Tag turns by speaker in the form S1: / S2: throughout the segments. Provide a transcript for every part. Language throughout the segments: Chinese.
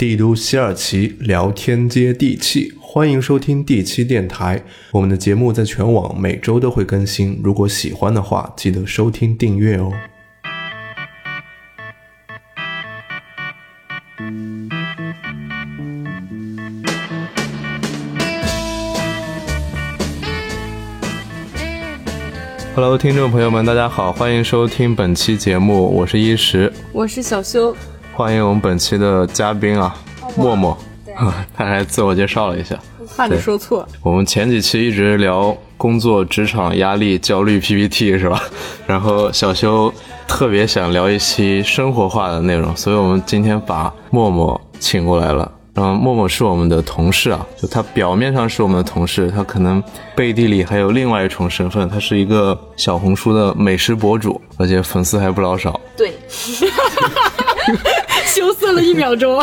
S1: 帝都西二旗聊天街地气，欢迎收听第七电台。我们的节目在全网每周都会更新，如果喜欢的话，记得收听订阅哦。Hello，听众朋友们，大家好，欢迎收听本期节目，我是一石，
S2: 我是小修，
S1: 欢迎我们本期的嘉宾啊，默默， 他还自我介绍了一下。
S2: 怕你说错。
S1: 我们前几期一直聊工作、职场压力、焦虑、PPT 是吧？ 然后小修特别想聊一期生活化的内容，所以我们今天把默默请过来了。嗯，默默是我们的同事啊，就他表面上是我们的同事，他可能背地里还有另外一重身份，他是一个小红书的美食博主，而且粉丝还不老少。
S3: 对，
S2: 羞涩了一秒钟。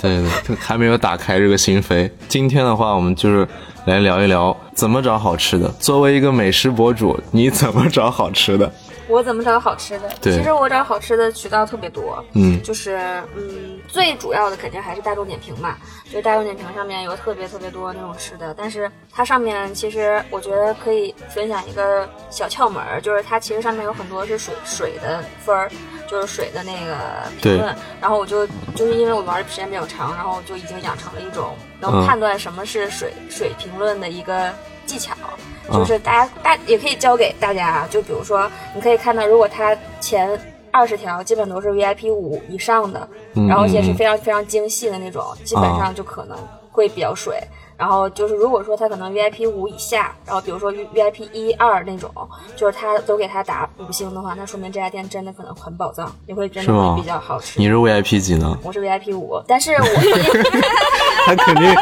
S1: 对对， 还没有打开这个心扉。今天的话，我们就是来聊一聊怎么找好吃的。作为一个美食博主，你怎么找好吃的？
S3: 我怎么找好吃的？
S1: 对
S3: 其实我找好吃的渠道特别多，
S1: 嗯
S3: 就是嗯，最主要的肯定还是大众点评嘛，就是大众点评上面有特别特别多那种吃的，但是它上面其实我觉得可以分享一个小窍门儿，就是它其实上面有很多是水水的分儿，就是水的那个评论，然后我就就是因为我玩儿的时间比较长，然后我就已经养成了一种
S1: 嗯
S3: 能判断什么是水、水评论的一个技巧。
S1: 嗯
S3: 就是大家大也可以教给大家啊，就比如说，你可以看到，如果它前二十条基本都是 VIP 五以上的，
S1: 嗯
S3: 然后而且
S1: 嗯
S3: 是
S1: 嗯啊
S3: 非常非常精细的那种，基本上就可能会比较水。然后就是，如果说它可能 VIP 五以下，然后比如说 VIP 一二那种，就是它都给它打五星的话，那说明这家店真的可能很宝藏，也会真
S1: 是
S3: 的
S1: 吗
S3: 会比较好吃。
S1: 你是 VIP 级呢？
S3: 我是 VIP 五，但是 我
S1: 他肯定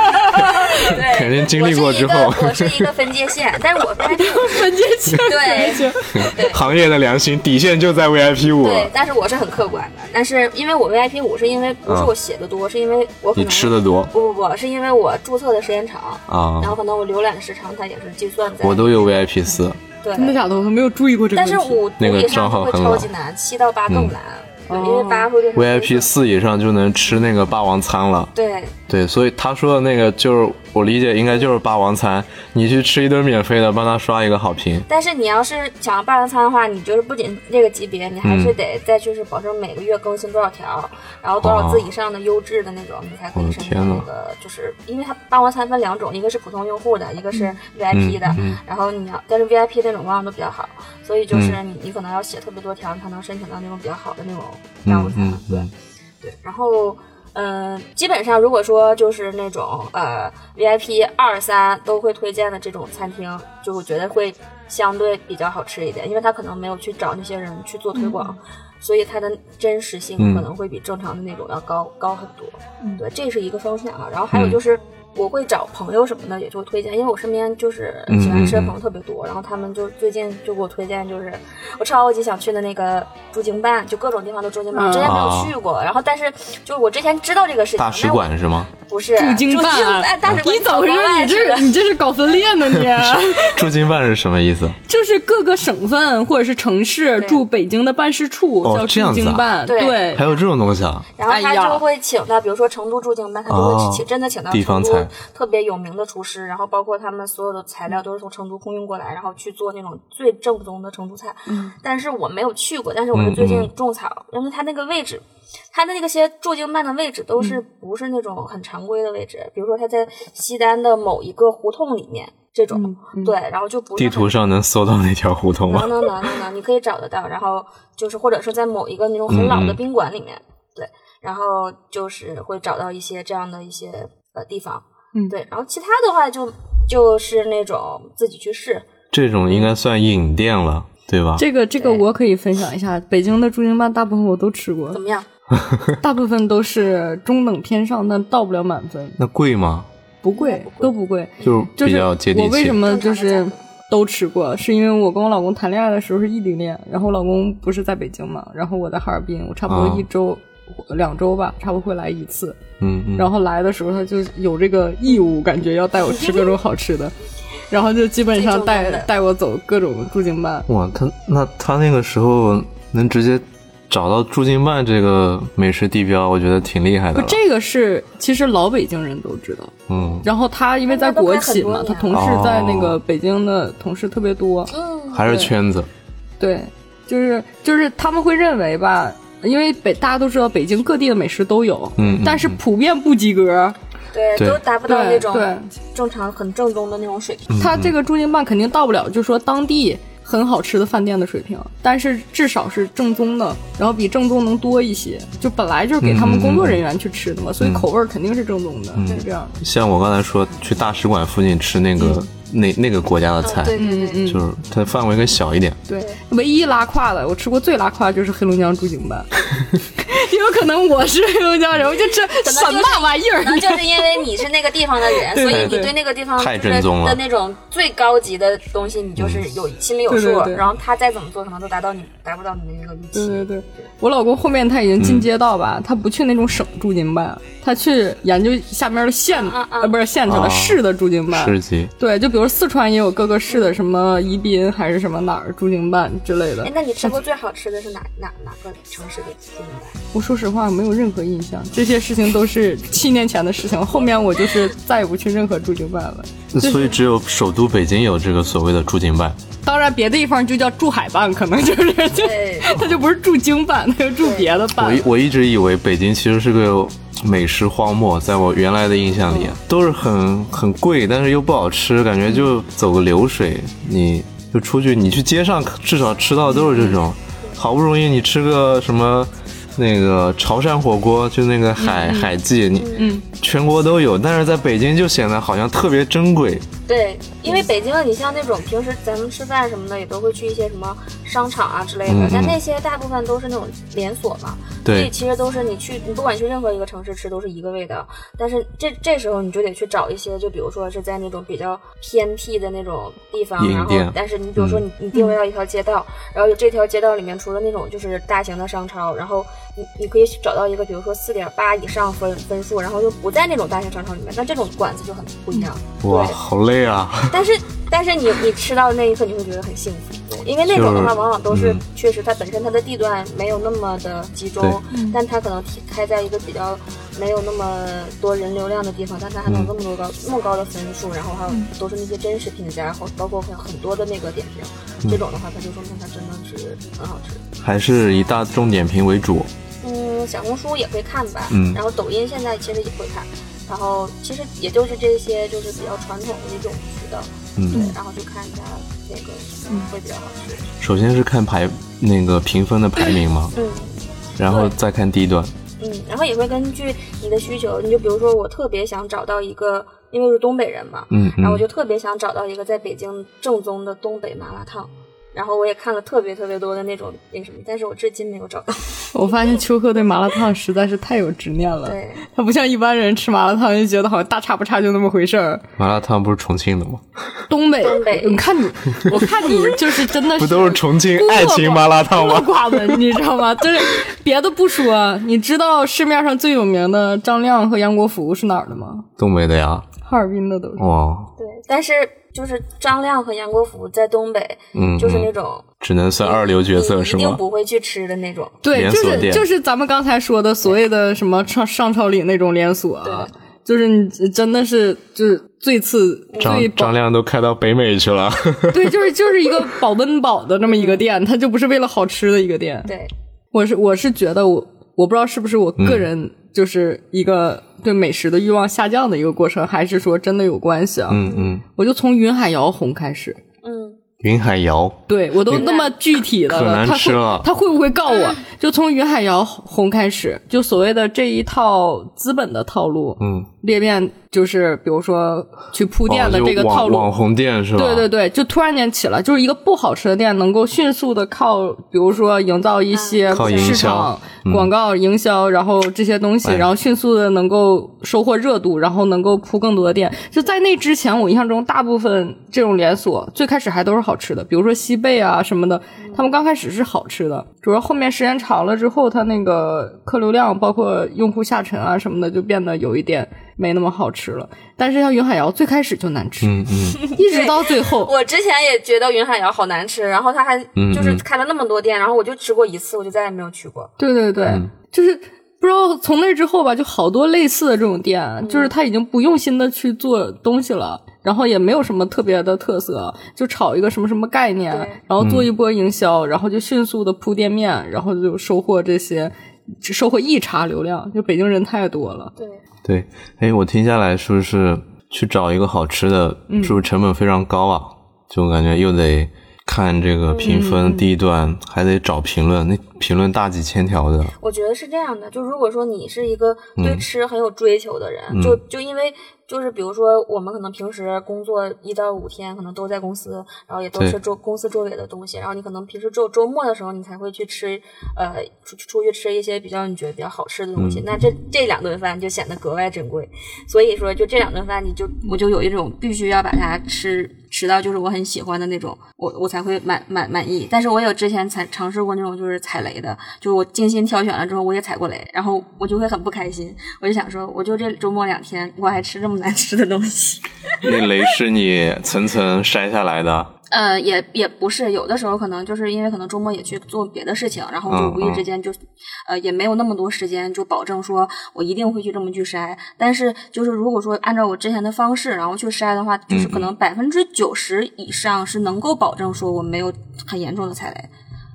S3: 对
S1: 肯定经历过之后
S3: 我是一个我是一个分界线，但是我 VIP
S2: 分界线，
S3: 对
S2: 分界线
S1: 行业的良心底线就在 VIP 五
S3: 对，但是我是很客观的，但是因为我 VIP 五是因为不是我写的多，是因为我
S1: 嗯
S3: 可
S1: 你
S3: 能
S1: 吃的多
S3: 不不不，是因为我注册的时间长，
S1: 啊
S3: 然！后可能我浏览的时长它也是计算在。
S1: 我都有 VIP 四，
S3: 对，
S2: 真的假的？我都没有注意过这个
S3: 但
S2: 问题。
S3: 是五
S1: 那个
S3: 五以
S1: 账
S3: 上
S1: 号
S3: 会
S1: 很老嗯
S3: 超级难，七到八更难，对，因为八会变成
S1: VIP 四以上就能吃那个霸王餐了。
S3: 对
S1: 对，所以他说的那个就是我理解应该就是霸王餐，你去吃一顿免费的，帮他刷一个好评。
S3: 但是你要是想要霸王餐的话，你就是不仅这个级别，你还
S1: 嗯
S3: 是得再就是保证每个月更新多少条，然后多少字以上的优质的那种，你才可以申
S1: 我的天
S3: 请
S1: 呐
S3: 那个。就是因为它霸王餐分两种，一个是普通用户的，一个
S1: 嗯
S3: 是 VIP 的。然后你要，但是 VIP 那种往往都比较好，所以就是
S1: 嗯
S3: 你、你可能要写特别多条，你才能申请到那种比较好的那种霸王餐。
S1: 嗯
S3: 对。对，然后。嗯，基本上如果说就是那种呃 VIP 二三都会推荐的这种餐厅，就我觉得会相对比较好吃一点，因为他可能没有去找那些人去做推广，所以它的真实
S1: 嗯
S3: 性可能会比正常的那种要高、高很多。
S2: 嗯
S3: 对，这是一个方向啊。然后还
S1: 嗯
S3: 有就是。我会找朋友什么的，也就推荐，因为我身边就是
S1: 嗯
S3: 喜欢吃的
S1: 嗯嗯
S3: 朋友特别多，然后他们就最近就给我推荐，就是我超级想去的那个驻京办，就各种地方都驻京办，
S2: 嗯
S3: 我之前没
S1: 哦
S3: 有去过，然后但是就是我之前知道这个事情，
S1: 大使
S3: 但我
S1: 馆是吗？
S3: 不是
S2: 驻京办啊
S3: 哎大使馆
S2: 你怎么回事？你这你这是搞分裂呢？你
S1: 驻京办是什么意思？
S2: 就是各个省份或者是城市
S3: 对
S2: 驻北京的办事处
S1: 哦
S2: 叫
S1: 这样
S2: 驻
S1: 子啊
S2: 京办，
S3: 对
S2: 对
S1: 还，有这种东西啊？
S3: 然后
S2: 哎
S3: 他
S2: 呀
S3: 就会请到，比如说成都驻京办，他就
S1: 哦
S3: 会请真的请到
S1: 地方
S3: 成
S1: 菜
S3: 都特别有名的厨师，然后包括他们所有的材料都是从成都空运过来，然后去做那种最正宗的成都菜。但是我没有去过，但是我是最
S1: 嗯
S3: 近种草，因为它那个位置。它的那些驻京办的位置都是
S2: 嗯
S3: 不是那种很常规的位置，比如说它在西单的某一个胡同里面这种，
S2: 嗯
S3: 对，然后就不是
S1: 地
S3: 很
S1: 图上能搜到那条胡同吗
S3: 能？能能能能，你可以找得到。然后就是或者是在某一个那种很老
S1: 嗯
S3: 的
S1: 嗯
S3: 宾馆里面，对，然后就是会找到一些这样的一些呃地方，
S2: 嗯
S3: 对。然后其他的话就就是那种自己去试，
S1: 这种应该算饮店了，对吧？
S2: 这个这个我可以分享一下，北京的驻京办大部分我都吃过
S3: 怎，么样？
S2: 大部分都是中等偏上，但到不了满分，
S1: 那贵吗？
S2: 不贵，都不贵。
S1: 就是
S2: 就
S1: 比
S2: 是
S1: 较接地气。
S2: 我为什么就
S3: 正常的
S2: 是
S3: 价格
S2: 都吃过？是因为我跟我老公谈恋爱的时候是异地恋，然后我老公不是在北京嘛，然后我在哈尔滨，我差不
S1: 啊
S2: 多一周、两周吧，差不多会来一次。
S1: 嗯嗯，
S2: 然后来的时候他就有这个义务，感觉要带我吃各种好吃的，然后就基本上带
S3: 这种的
S2: 带我走各种驻京办。
S1: 哇，他那他那个时候能直接找到驻京办这个美食地标，我觉得挺厉害的了。
S2: 这个是其实老北京人都知道。
S1: 嗯，
S2: 然后他因为在国企嘛，他同事在那
S1: 哦
S2: 个北京的同事特别多，
S3: 嗯，
S1: 还是圈子。
S2: 对，就是就是他们会认为吧，因为北大家都知道北京各地的美食都有，
S1: 嗯嗯
S2: 但是普遍不及格，
S3: 对，
S1: 对
S3: 都达不到
S2: 对
S3: 那种
S2: 对
S3: 正常很正宗的那种水平。
S1: 嗯
S2: 他这个驻京办肯定到不了，就说当地很好吃的饭店的水平，但是至少是正宗的，然后比正宗能多一些，就本来就是给他们工
S1: 嗯
S2: 作人员去吃的嘛，所以口味儿肯定是正宗的，是这样。
S1: 像我刚才说，去大使馆附近吃那个那那个国家的菜，
S3: 对对对，
S2: 嗯
S1: 就是它范围更小一点。
S2: 对，唯一拉胯的，我吃过最拉胯的就是黑龙江驻京 办，也有可能我是黑龙江人，我就这什
S3: 能就是
S2: 么玩意儿
S3: 可？能就是因为你是那个地方的 人，
S2: 对
S3: 所以
S2: 对
S3: 你对那个地方
S1: 太
S3: 就是
S1: 正宗了嗯
S3: 的那种最高级的东西，你就是有心里有
S2: 对对
S3: 数。
S2: 对
S3: 然后他再怎么做，可能都达到你达不到你的那个预
S2: 对对
S3: 期。
S2: 对，我老公后面他已经进街道
S1: 嗯
S2: 吧，他不去那种省驻京办，他去研究下面的县，
S3: 啊啊
S2: 呃，不是县去了，
S1: 啊
S2: 市的驻京办。
S1: 市集，
S2: 对，就比如四川也有各个市的什么宜宾还是什么哪儿驻京办之类的
S3: 哎，。那你吃过最好吃的是哪哪哪个城市的猪牛排？
S2: 我说实话没有任何印象，这些事情都是七年前的事情，后面我就是再也不去任何驻京办了。
S1: 所以只有首都北京有这个所谓的驻京办。
S2: 当然，别的地方就叫驻海办，可能就是就
S3: 对
S2: 它就不是驻京办，它就驻别的
S1: 我
S2: 办
S1: 一。我一直以为北京其实是个美食荒漠，在我原来的印象里，都是很很贵，但是又不好吃，感觉就走个流水。你就出去，你去街上至少吃到的都是这种，好不容易你吃个什么。那个潮汕火锅，就那个海、海记，你、全国都有，但是在北京就显得好像特别珍贵。
S3: 对，因为北京你像那种平时咱们吃饭什么的，也都会去一些什么商场啊之类
S1: 嗯嗯
S3: 的，但那些大部分都是那种连锁嘛，所以
S1: 对，
S3: 其实都是你去，你不管去任何一个城市吃都是一个味道，但是这这时候你就得去找一些，就比如说是在那种比较偏僻的那种地方，
S1: 饮
S3: 然后
S1: 店嗯
S3: 但是你比如说你、你定位到一条街道，然后这条街道里面除了那种就是大型的商超，然后你你可以去找到一个比如说四点八以上分分数，然后又不在那种大型商场里面，那这种馆子就很不一样。
S1: 哇，
S3: 对
S1: 好累啊！
S3: 但是但是你你吃到那一刻，你会觉得很幸福，因为那种的
S1: 就
S3: 话，
S1: 是
S3: 往往都是
S1: 嗯
S3: 确实它本身它的地段没有那么的集中，但它可能提开在一个比较没有那么多人流量的地方，但它还能
S1: 嗯
S3: 那么多高那么高的分数，然后还有都是那些真实评价，然后包括很很多的那个点
S1: 嗯
S3: 评，这种的话，它就说明它真的是很好吃。
S1: 还是以大众点评为主。
S3: 嗯，小红书也会看吧，
S1: 嗯
S3: 然后抖音现在其实也会看，然后其实也就是这些就是比较传统的一种渠道，
S1: 嗯
S3: 对，然后就看一下那个会比较好吃，
S1: 首先是看排那个评分的排名嘛，
S3: 嗯
S1: 然后再看地段。
S3: 嗯，然后也会根据你的需求，你就比如说我特别想找到一个，因为我是东北人嘛，
S1: 嗯
S3: 然后我
S1: 嗯
S3: 就特别想找到一个在北京正宗的东北麻辣烫。然后我也看了特别特别多的那种那什么，但是我至今没有找到。
S2: 我发现秋哥对麻辣烫实在是太有执念
S1: 嗯
S2: 了，
S3: 对，
S2: 他不像一般人吃麻辣烫就觉得好像大差不差就那么回事儿。
S1: 麻辣烫不是重庆的吗？
S2: 东北，
S3: 东北
S2: 你看你，我看你就是真的
S1: 不都是重庆
S2: 孤陋
S1: 爱情麻辣烫吗？
S2: 孤陋寡闻，你知道吗？就是别的 不说，你知道市面上最有名的张亮和杨国福是哪儿的吗？
S1: 东北的呀，
S2: 哈尔滨的
S1: 哦
S2: 都是。
S1: 哇，
S3: 对，但是就是张亮和杨国福在东北，
S1: 嗯
S3: 就是
S1: 嗯
S3: 那种
S1: 只能算二流角色
S3: 你
S1: 是
S3: 一定
S1: 吗？
S3: 不会去吃的那种。
S2: 对，
S1: 连
S2: 就
S1: 锁
S2: 是
S1: 店
S2: 就是咱们刚才说的所谓的什么上上超里那种连锁啊，就是你真的是就是最次
S1: 张
S2: 最保
S1: 张亮都开到北美去 了，
S2: 对，就是就是一个保温保的这么一个
S1: 嗯
S2: 店，它就不是为了好吃的一个店。
S3: 对，
S2: 我是我是觉得我我不知道是不是我
S1: 嗯
S2: 个人就是一个对美食的欲望下降的一个过程，还是说真的有关系啊？
S1: 嗯嗯，
S2: 我就从云海肴红开始，
S3: 嗯，
S1: 云海肴，
S2: 对我都那么具体的
S1: 可难
S2: 他
S1: 吃
S2: 会
S1: 了
S2: 他会不会告我？就从云海肴红开始，就所谓的这一套资本的套路，
S1: 嗯，
S2: 裂变就是比如说去铺垫
S1: 哦
S2: 的
S1: 就
S2: 这个套
S1: 网
S2: 路，
S1: 网红店是吧？
S2: 对对对，就突然间起了，就是一个不好吃的店，能够迅速的靠，比如说营造一些
S1: 靠营销
S2: 市场、
S1: 嗯
S2: 广告、营销，然后这些东西，
S1: 哎
S2: 然后迅速的能够收获热度，然后能够铺更多的店。就在那之前，我印象中大部分这种连锁最开始还都是好吃的，比如说西贝啊什么的，他们刚开始是好吃的，主要后面时间长了之后，它那个客流量包括用户下沉啊什么的，就变得有一点没那么好吃了。但是像云海肴最开始就难吃，
S1: 嗯嗯，
S2: 一直到最后，
S3: 我之前也觉得云海肴好难吃，然后他还
S1: 嗯
S3: 就是
S1: 嗯
S3: 开了那么多店，然后我就吃过一次，我就再也没有去过。
S2: 对对对，
S1: 嗯
S2: 就是不知道从那之后吧，就好多类似的这种店，就是他已经不用心的去做东西了。然后也没有什么特别的特色，就炒一个什么什么概念
S3: 对，
S2: 然后做一波营销，然后就迅速的铺店面，然后就收获这些，只收获一茬流量。就北京人太多了，
S3: 对，
S1: 对。哎，我听下来是不是去找一个好吃的，
S2: 嗯
S1: 是不是成本非常高啊？就我感觉又得看这个评
S2: 嗯
S1: 分第一段，还得找评论，那评论大几千条的，
S3: 我觉得是这样的，就如果说你是一个
S1: 嗯
S3: 对吃很有追求的人，就就因为就是比如说我们可能平时工作一到五天，可能都在公司，然后也都
S1: 对
S3: 是周公司周围的东西，然后你可能平时周周末的时候你才会去吃，呃，出出去吃一些比较你觉得比较好吃的东西，那这这两顿饭就显得格外珍贵。所以说，就这两顿饭，你就我就有一种必须要把它吃吃到就是我很喜欢的那种，我我才会满满满意。但是我有之前才尝试过那种就是踩雷的，就是我精心挑选了之后，我也踩过雷，然后我就会很不开心。我就想说，我就这周末两天，我还吃这么难吃的东西。
S1: 那雷是你层层筛下来的。
S3: 呃，也也不是，有的时候可能就是因为可能周末也去做别的事情，然后就
S1: 嗯
S3: 无意之间就，呃，也没有那么多时间，就保证说我一定会去这么去筛。但是就是如果说按照我之前的方式，然后去筛的话，就是
S1: 嗯
S3: 可能百分之九十以上是能够保证说我没有很严重的踩雷。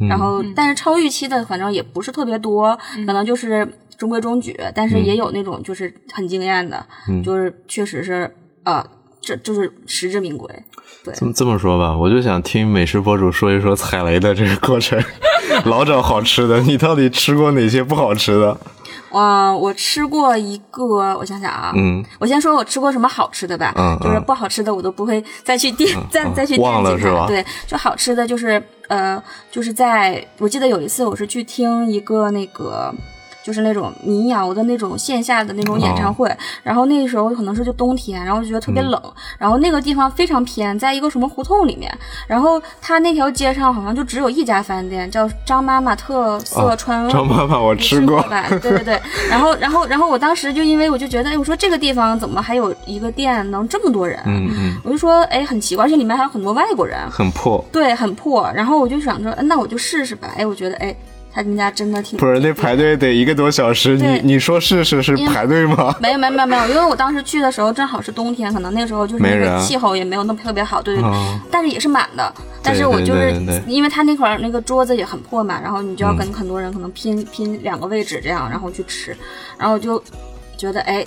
S1: 嗯
S3: 然后，但是超预期的反正也不是特别多，可能就是中规中矩，但是也有那种就是很惊艳的，
S1: 嗯
S3: 就是确实是呃，这就是实至名归。对
S1: 这么这么说吧，我就想听美食博主说一说踩雷的这个过程， 老找好吃的，你到底吃过哪些不好吃的？
S3: 哇，呃我吃过一个，我想想啊，
S1: 嗯，
S3: 我先说我吃过什么好吃的吧，
S1: 嗯
S3: 就是
S1: 嗯
S3: 不好吃的我都不会再去惦、 再再去
S1: 忘
S3: 惦
S1: 了
S3: 记
S1: 是吧
S3: 它。对，就好吃的就是呃，就是在我记得有一次我是去听一个那个。就是那种民谣的那种线下的那种演
S1: 哦
S3: 唱会，然后那时候可能是就冬天，然后就觉得特别
S1: 嗯
S3: 冷，然后那个地方非常偏，在一个什么胡同里面，然后它那条街上好像就只有一家饭店，叫张妈妈特色
S1: 啊
S3: 川味。
S1: 张妈妈，我
S3: 你
S1: 吃
S3: 过
S1: 过。
S3: 吧？对对对。然后，然后，然后我当时就因为我就觉得，哎，我说这个地方怎么还有一个店能这么多人？
S1: 嗯嗯，
S3: 我就说，哎，很奇怪，而且里面还有很多外国人，
S1: 很破，
S3: 对，很破。然后我就想说，嗯那我就试试吧。哎，我觉得，哎，他们家真的挺
S1: 不是那排队得一个多小时，你
S3: 对
S1: 你说试试是
S3: 因为
S1: 排队吗？
S3: 没有没有没有没有，因为我当时去的时候正好是冬天，可能那时候就是
S1: 没
S3: 那
S1: 人
S3: 个气候也没有那么特别好，对对对，
S1: 哦
S3: 但是也是满的。但是
S1: 对
S3: 我
S1: 对
S3: 就是
S1: 对对对
S3: 因为他那块儿那个桌子也很破嘛，然后你就要跟很多人可能
S1: 嗯
S3: 拼、拼两个位置这样，然后去吃，然后就觉得哎。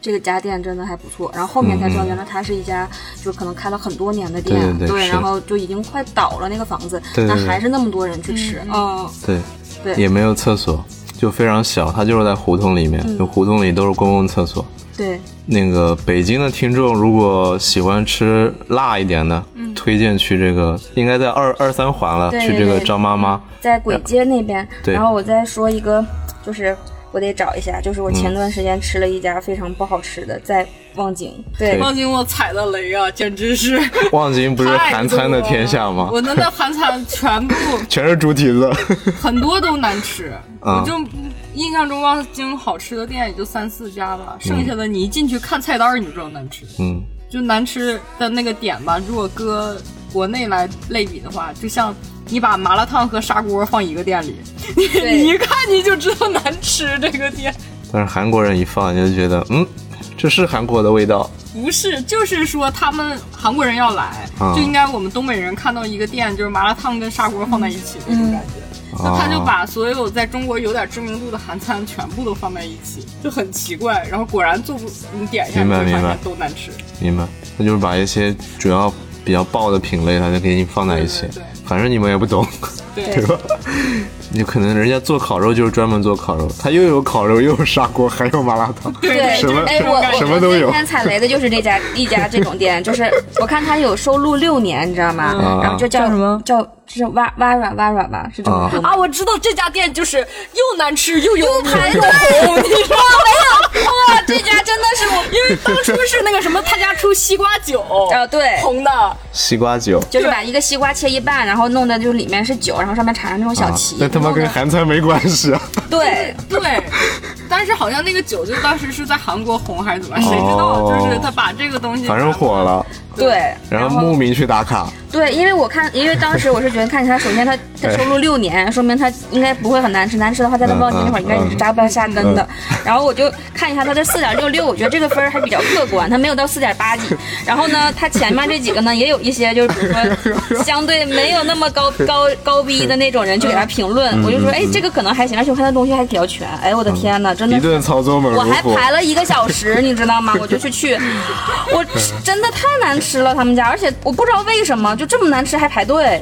S3: 这个家店真的还不错，然后后面才知道，
S1: 嗯嗯
S3: 原来它是一家就可能开了很多年的
S1: 对
S3: 店，
S1: 对对是
S3: 然后就已经快倒了那个房子，
S1: 对对
S3: 但
S1: 对
S3: 还是那么多人去吃，嗯，
S1: 对，
S3: 对
S1: 也没有厕所，就非常小，它就是在胡同里面，
S3: 嗯
S1: 就胡同里都是公共厕所。
S3: 对，
S1: 那个北京的听众如果喜欢吃辣一点的，
S2: 嗯
S1: 推荐去这个，应该在二二三环了，
S3: 对
S1: 去
S3: 对
S1: 这个
S3: 对
S1: 张妈 妈。
S3: 在簋街那边。
S1: 对
S3: 然后我再说一个，就是我得找一下，就是我前段时间吃了一家非常不好吃的，在望京。对
S1: 对
S2: 望京我踩的雷啊，简直是
S1: 望京不是韩餐的天下吗？
S2: 我的那韩餐全部
S1: 全是猪蹄子。
S2: 很多都难吃，
S1: 啊
S2: 我就印象中望京好吃的店也就三四家吧，剩下的你一进去看菜单儿你就知道难吃，
S1: 嗯，
S2: 就难吃的那个点吧，如果搁国内来类比的话，就像你把麻辣烫和砂锅放一个店里，你
S3: 对
S2: 你一看你就知道难吃这个店。
S1: 但是韩国人一放你就觉得，嗯，这是韩国的味道。
S2: 不是，就是说他们韩国人要来，
S1: 啊
S2: 就应该我们东北人看到一个店，就是麻辣烫跟砂锅放在一起那种感觉。那他就
S1: 啊
S2: 把所有在中国有点知名度的韩餐全部都放在一起，就很奇怪。然后果然做不，你点一下你
S1: 明白
S2: 会发
S1: 明白
S2: 现都难吃。
S1: 明白，那就是把一些主要比较爆的品类，它就给你放在一起
S2: 对对对。
S1: 反正你们也不懂，
S2: 对
S1: 对吧？你可能人家做烤肉就是专门做烤肉，他又有烤肉，又有砂锅，还有麻辣烫。
S3: 对，
S1: 什
S2: 就
S1: 么
S2: 是
S3: 哎，
S2: 这
S3: 我
S2: 种感觉
S3: 我
S1: 什么都有
S3: 我今天踩雷的就是 这家一家这种店，就是我看它有收录六年，你知道吗？
S1: 嗯
S3: 然后就叫
S2: 叫什么
S3: 叫是哇哇软哇软吧，是这么
S1: 啊
S3: 读吗？
S2: 啊，我知道这家店就是又难吃又有名
S3: 排队
S2: 又红，你知道吗？
S3: 哇，这家真的是我，
S2: 因为当初是那个什么他家出西瓜酒，
S3: 啊，对，
S2: 红的，
S1: 西瓜酒
S3: 就是把一个西瓜切一半，然后弄的就是里面是酒，然后上面缠上那种小
S1: 啊
S3: 旗，，
S1: 那他妈
S3: 弄得
S1: 跟韩餐没关系啊！
S3: 对，
S2: 对，但但是好像那个酒就当时是在韩国红还是怎么，谁知道？
S1: 哦
S2: 就是他把这个东西
S1: 反正火了，
S3: 对，
S1: 然后慕名去打卡，
S3: 对，因为我看，因为当时我是觉得，看起来，首先 它它收录六年，说明它应该不会很难吃，难吃的话在它忘记那会儿应该也是扎不到下根
S1: 嗯
S3: 的。 然后我就看一下它的四点六六，我觉得这个分儿还比较客观，它没有到四点八 几。然后呢，它前面这几个呢也有一些就是比如说相对没有那么高 高高逼的那种人去给它评
S1: 嗯
S3: 论，我就说哎这个可能还行，而且我看它东西还比较全。哎我的天呐，真的
S1: 一
S3: 是
S1: 顿操作猛如
S3: 我还
S1: 虎。
S3: 排了一个小时，你知道吗？我就去去，我
S1: 嗯
S3: 真的太难吃了他们家，而且我不知道为什么就这么难吃还排队，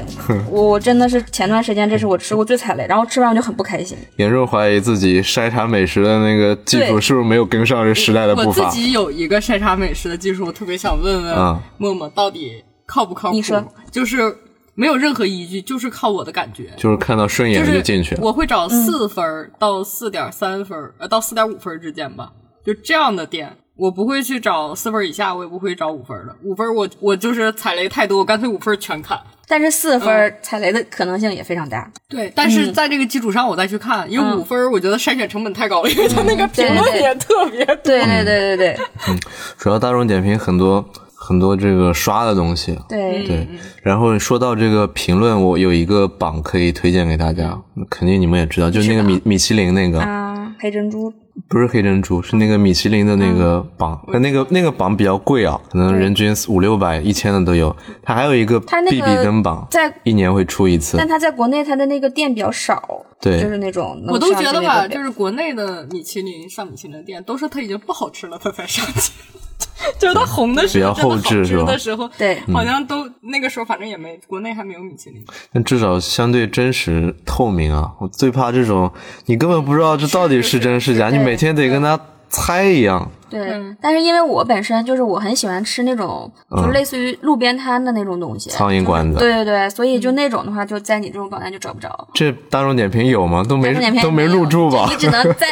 S3: 我真的是前段时间这是我吃过最踩雷，然后吃完我就很不开心。
S1: 严重怀疑自己筛查美食的那个技术
S3: 对
S1: 是不是没有跟上这时代的步
S2: 我自
S1: 伐。
S2: 己有一个筛查美食的技术，我特别想问问
S1: 嗯
S2: 默默到底靠不靠谱？
S3: 你说
S2: 就是没有任何依据，就是靠我的感觉。
S1: 就是看到顺眼
S2: 就
S1: 就是进去，
S2: 我会
S3: 嗯
S2: 找四分儿到四点三分儿，呃，到四点五分儿之间吧，就这样的店，我不会去找四分儿以下，我也不会找五分儿的。五分儿我我就是踩雷太多，我干脆五分儿全砍。
S3: 但是四
S1: 嗯
S3: 分儿踩雷的可能性也非常大，
S2: 对，但是在这个基础上我再去看，因为
S3: 嗯
S2: 五分儿我觉得筛选成本太高了，因为他那个评
S3: 对
S2: 论
S3: 对
S2: 也特别多。
S3: 对对对对对
S1: 嗯主要大众点评很多很多这个刷的东西。
S3: 对
S1: 对，然后说到这个评论，我有一个榜可以推荐给大家，肯定你们也知道，就是那个米米其林那个，
S3: 啊，黑珍珠
S1: 不是黑珍珠，是那个米其林的那个
S3: 嗯
S1: 榜，那那个那个榜比较贵啊，可能人均五六百、一千的都有。它还有一个
S3: 它那
S1: 必
S3: 个
S1: 比登榜，
S3: 在。
S1: 一年会出一次
S3: 但。它在国内它的那个店比较少，
S1: 对
S3: 就是那种能
S2: 我都
S3: 上
S2: 觉
S3: 的
S2: 得
S3: 那
S2: 吧，
S3: 个
S2: 就是国内的米其林上米其林的店，都是它已经不好吃了，它才上去。 就是它红的时候，
S1: 比较后
S2: 真的好
S1: 置是
S2: 吃
S1: 吧
S2: 的时候，
S3: 对
S2: 好像都那个时候，反正也没国内还没有米其林。
S1: 但至少相对真实透明啊！我最怕这种，你根本不知道这到底是真是假，你每天得跟他猜一样。
S3: 对
S2: 嗯，
S3: 但是因为我本身就是我很喜欢吃那种，就是
S1: 嗯
S3: 类似于路边摊的那种东西，
S1: 苍蝇馆子，
S3: 对对对，所以就那种的话，就在你这种榜单就找不着。
S1: 这大众点评有吗？都没
S3: 大众点评
S1: 都没入驻吧
S3: 你？只能在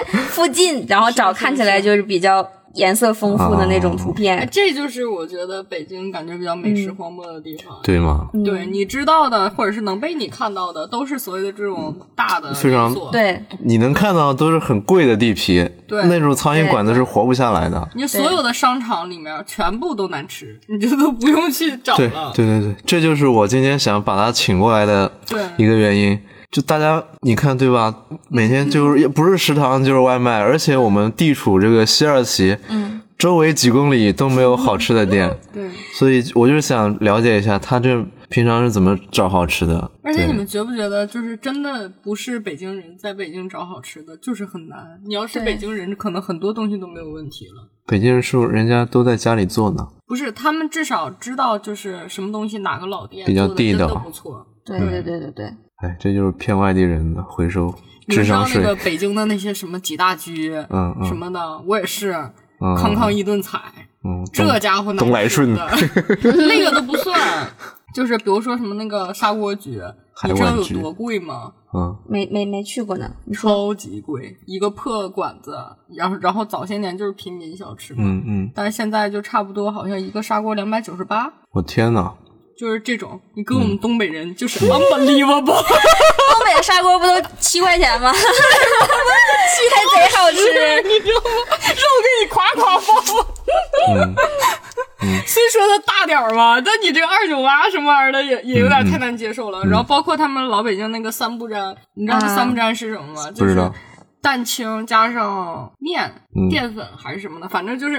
S3: 附近，然后找看起来就是比较颜色丰富的那种图
S2: 哎，
S3: 片。
S1: 啊
S2: 这就是我觉得北京感觉比较美食荒漠的地方。
S1: 对吗？
S3: 嗯
S2: 嗯对你知道的，或者是能被你看到的，都是所谓的这种大的
S1: 非常
S2: 连锁。
S3: 对
S1: 你能看到都是很贵的地皮，
S2: 对
S1: 那种苍蝇馆子是活不下来的。
S2: 你所有的商场里面全部都难吃，你就都不用去找
S1: 对
S2: 了。
S1: 对对对，这就是我今天想把他请过来的
S2: 对
S1: 一个原因。就大家你看对吧？每天就是也不是食堂就是外卖，而且我们地处这个西二旗，嗯，周围几公里都没有好吃的店，
S2: 对
S1: 所以我就是想了解一下他这平常是怎么找好吃的。
S2: 而且
S1: 对
S2: 你们觉不觉得，就是真的不是北京人在北京找好吃的，就是很难。你要是
S3: 对
S2: 北京人，可能很多东西都没有问题了。
S1: 北京人是不是人家都在家里做呢？
S2: 不是，他们至少知道就是什么东西哪个老店
S1: 比较
S2: 做得
S1: 地
S2: 真的
S1: 道
S2: 不错。
S3: 对对对对对，
S1: 哎，这就是骗外地人的回收
S2: 你
S1: 智
S2: 知道
S1: 商
S2: 那
S1: 税
S2: 个。北京的那些什么几大居，
S1: 嗯嗯
S2: 什么的，我也是，
S1: 嗯
S2: 康康一顿踩，
S1: 嗯，
S2: 这家伙难
S1: 东来顺
S2: 吃的那个都不算，就是比如说什么那个砂锅居，
S1: 海
S2: 你知道
S1: 碗
S2: 有
S1: 居
S2: 多贵吗？
S1: 嗯，
S3: 没没没去过呢。你说
S2: 超级贵，一个破馆子，然后然后早些年就是平民小吃嘛，
S1: 嗯嗯，
S2: 但是现在就差不多好像一个砂锅两百九十八。
S1: 我天哪！
S2: 就是这种，你跟我们东北人就是 unbelievable，
S3: 东北的砂锅不都七块钱吗？还贼好吃。
S2: 你知道吗？肉给你夸夸放放。
S1: 嗯
S2: 虽说它大点儿吧，但你这个二九八什么玩意儿的也也有点太难接受了。
S1: 嗯
S2: 然后包括他们老北京那个三不沾，你知道这
S3: 啊
S2: 三不沾是什么吗？
S1: 不
S2: 就
S1: 知
S2: 是
S1: 道
S2: 蛋清加上面、
S1: 嗯
S2: 淀粉还是什么的，反正就是、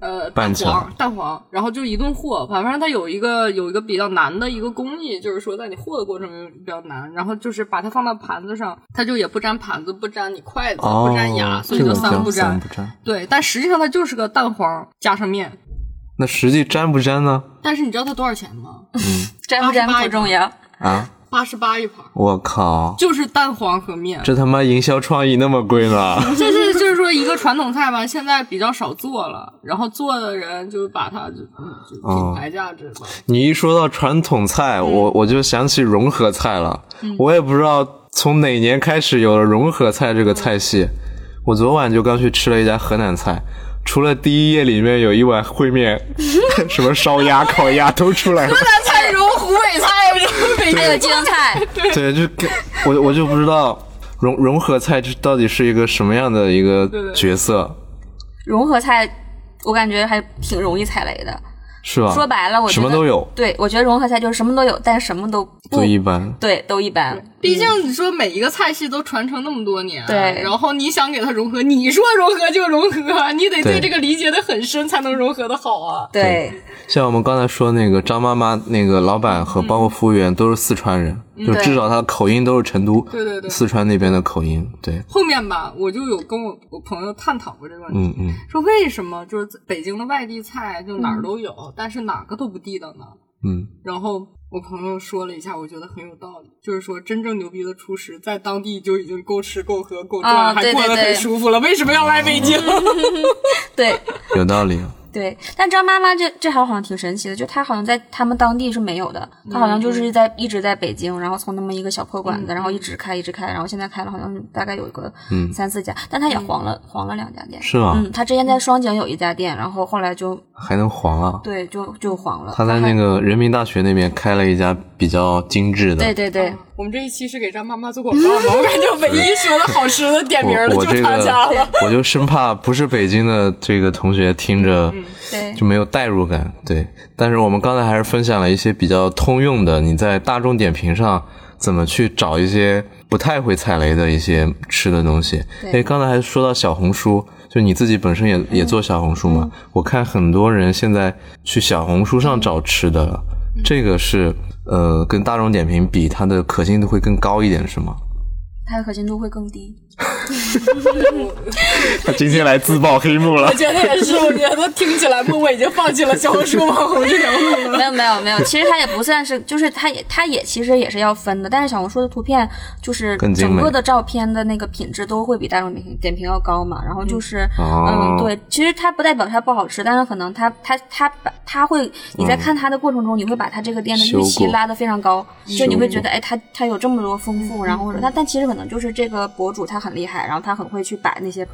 S2: 呃蛋
S1: 拌起来
S2: 黄蛋黄，然后就一顿和。反正它有一个有一个比较难的一个工艺，就是说在你和的过程中比较难。然后就是把它放到盘子上，它就也不粘盘子，不粘你筷子，
S1: 哦
S2: 不粘牙，，所以
S1: 这
S2: 就
S1: 个
S2: 三
S1: 叫
S2: 不
S1: 三
S2: 沾。
S1: 不沾。
S2: 对，但实际上它就是个蛋黄加上面。
S1: 那实际沾不沾呢？
S2: 但是你知道它多少钱吗？
S3: 沾不沾不重要，
S1: 啊，
S2: 八十八一盘，
S1: 我靠，
S2: 就是蛋黄和面。
S1: 这他妈营销创意那么贵呢？
S2: 这是就是说一个传统菜吧，现在比较少做了，然后做的人就把它就嗯就
S1: 哦
S2: 品牌价值吧。
S1: 你一说到传统菜，
S2: 嗯
S1: 我我就想起融合菜了。我也不知道从哪年开始有了融合菜这个菜系。
S2: 嗯
S1: 我昨晚就刚去吃了一家河南菜，除了第一页里面有一碗烩 面，什么烧鸭、烤鸭都出来了。
S2: 那菜如湖北菜，
S3: 还有京菜。
S1: 对，就跟我我就不知道。融融合菜这到底是一个什么样的一
S2: 对对
S1: 个角色，
S3: 融合菜，我感觉还挺容易踩雷的。
S1: 是吧？
S3: 说白了，我觉
S1: 啊什
S3: 得
S1: 么都有，
S3: 对，我觉得融合菜就是什么都有，但什么都不
S1: 最一般。
S3: 对，都一般。
S2: 毕竟你说每一个菜系都传承那么多年，啊
S3: 对
S2: 然后你想给它融合，你说融合就融合，你得对
S1: 对
S2: 这个理解的很深，才能融合的好啊。
S3: 对
S1: 像我们刚才说那个张妈妈，那个老板和包括服务员都是四川人，就是
S3: 嗯对
S1: 至少他的口音都是成都，
S2: 对对对
S1: 四川那边的口音，对，
S2: 后面吧，我就有跟我我朋友探讨过这个问题，
S1: 嗯嗯
S2: 说为什么就是北京的外地菜就哪儿都有，但是哪个都不地道呢？
S1: 嗯，
S2: 然后我朋友说了一下，我觉得很有道理，就是说真正牛逼的厨师在当地就已经够吃够喝够赚，
S3: 啊
S2: 还
S3: 对
S2: 过得
S3: 对
S2: 很
S3: 对
S2: 舒服了，为什么要来北京？
S3: 对
S1: 有道理。啊
S3: 对，但张妈妈这这还好像挺神奇的，就她好像在他们当地是没有的，她好像
S1: 嗯
S3: 就是在一直在北京，然后从那么一个小破馆子，然后一直开一直开，然后现在开了好像是大概有一个
S1: 嗯
S3: 三四家，但她也黄了黄了两家店。
S1: 是啊吗？
S3: 嗯，她之前在双井有一家店，然后后来就
S1: 还能黄啊？
S3: 对就就黄了。
S1: 他在那
S3: 还
S1: 个人民大学那边开了一家比较精致的，
S3: 对对对，
S2: 我们这一期是给张妈妈做广告吗？我感觉唯一说的好吃的点名的
S1: 我我
S2: 就
S1: 这
S2: 是他家了。
S1: 个我就生怕不是北京的这个同学听着
S3: 嗯对
S1: 就没有代入感。对，但是我们刚才还是分享了一些比较通用的，你在大众点评上怎么去找一些不太会踩雷的一些吃的东西。
S3: 对
S1: 哎，刚才还说到小红书，就你自己本身也、
S2: 嗯
S1: 也做小红书嘛？我看很多人现在去小红书上找吃的了，
S2: 嗯
S1: 这个是呃跟大众点评比，它的可信度会更高一点，是吗？
S3: 它的可信度会更低。
S1: 他 今天来自曝黑幕了
S2: 我。觉得也是，我觉得听起来默默已经放弃了小红书网红这条路了。
S3: 没有没有没有，其实它也不算是，就是它也它也其实也是要分的，但是小红书的图片就是
S1: 更精
S3: 整
S1: 美
S3: 个的照片的那个品质都会比大众点评点评要高嘛，然后就是
S1: 嗯哦
S3: 嗯对，其实它不代表它不好吃，但是可能它它它把它会你在看它的过程中，你会把它这个店的
S1: 嗯修
S3: 预期
S1: 过
S3: 拉得非常高，
S1: 修
S3: 就你会觉
S1: 过
S3: 得哎它它有这么多丰富，然后或者它但其实可能就是这个博主他很厉害，然后他很会去摆那些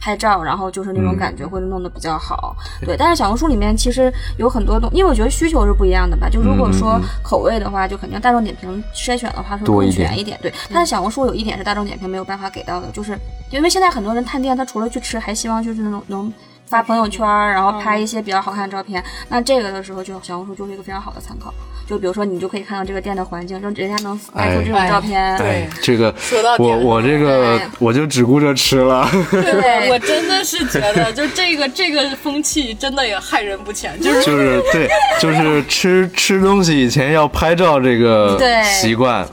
S3: 拍照，然后就是那种
S1: 嗯
S3: 感觉会弄得比较好。对，但是小红书里面其实有很多东，因为我觉得需求是不一样的吧。就如果说
S1: 嗯嗯
S3: 口味的话，就肯定大众点评筛选的话是
S1: 多一
S3: 更
S1: 点
S3: 全一点。对，但是小红书有一点是大众点评没有办法给到的，就是因为现在很多人探店，他除了去吃，还希望就是能能。发朋友圈儿，然后拍一些比较好看的照片。那这个的时候，就小红书就是一个非常好的参考。就比如说，你就可以看到这个店的环境，让人家能拍出这种
S2: 哎
S3: 照片。
S1: 哎，这个
S2: 说到点
S1: 我
S2: 了
S1: 我这个
S3: 哎
S1: 我就只顾着吃了。
S3: 对
S2: 我真的是觉得，就这个这个风气真的也害人不浅， 就是
S1: 就是对，就是吃吃东西以前要拍照这个
S3: 对
S1: 习惯，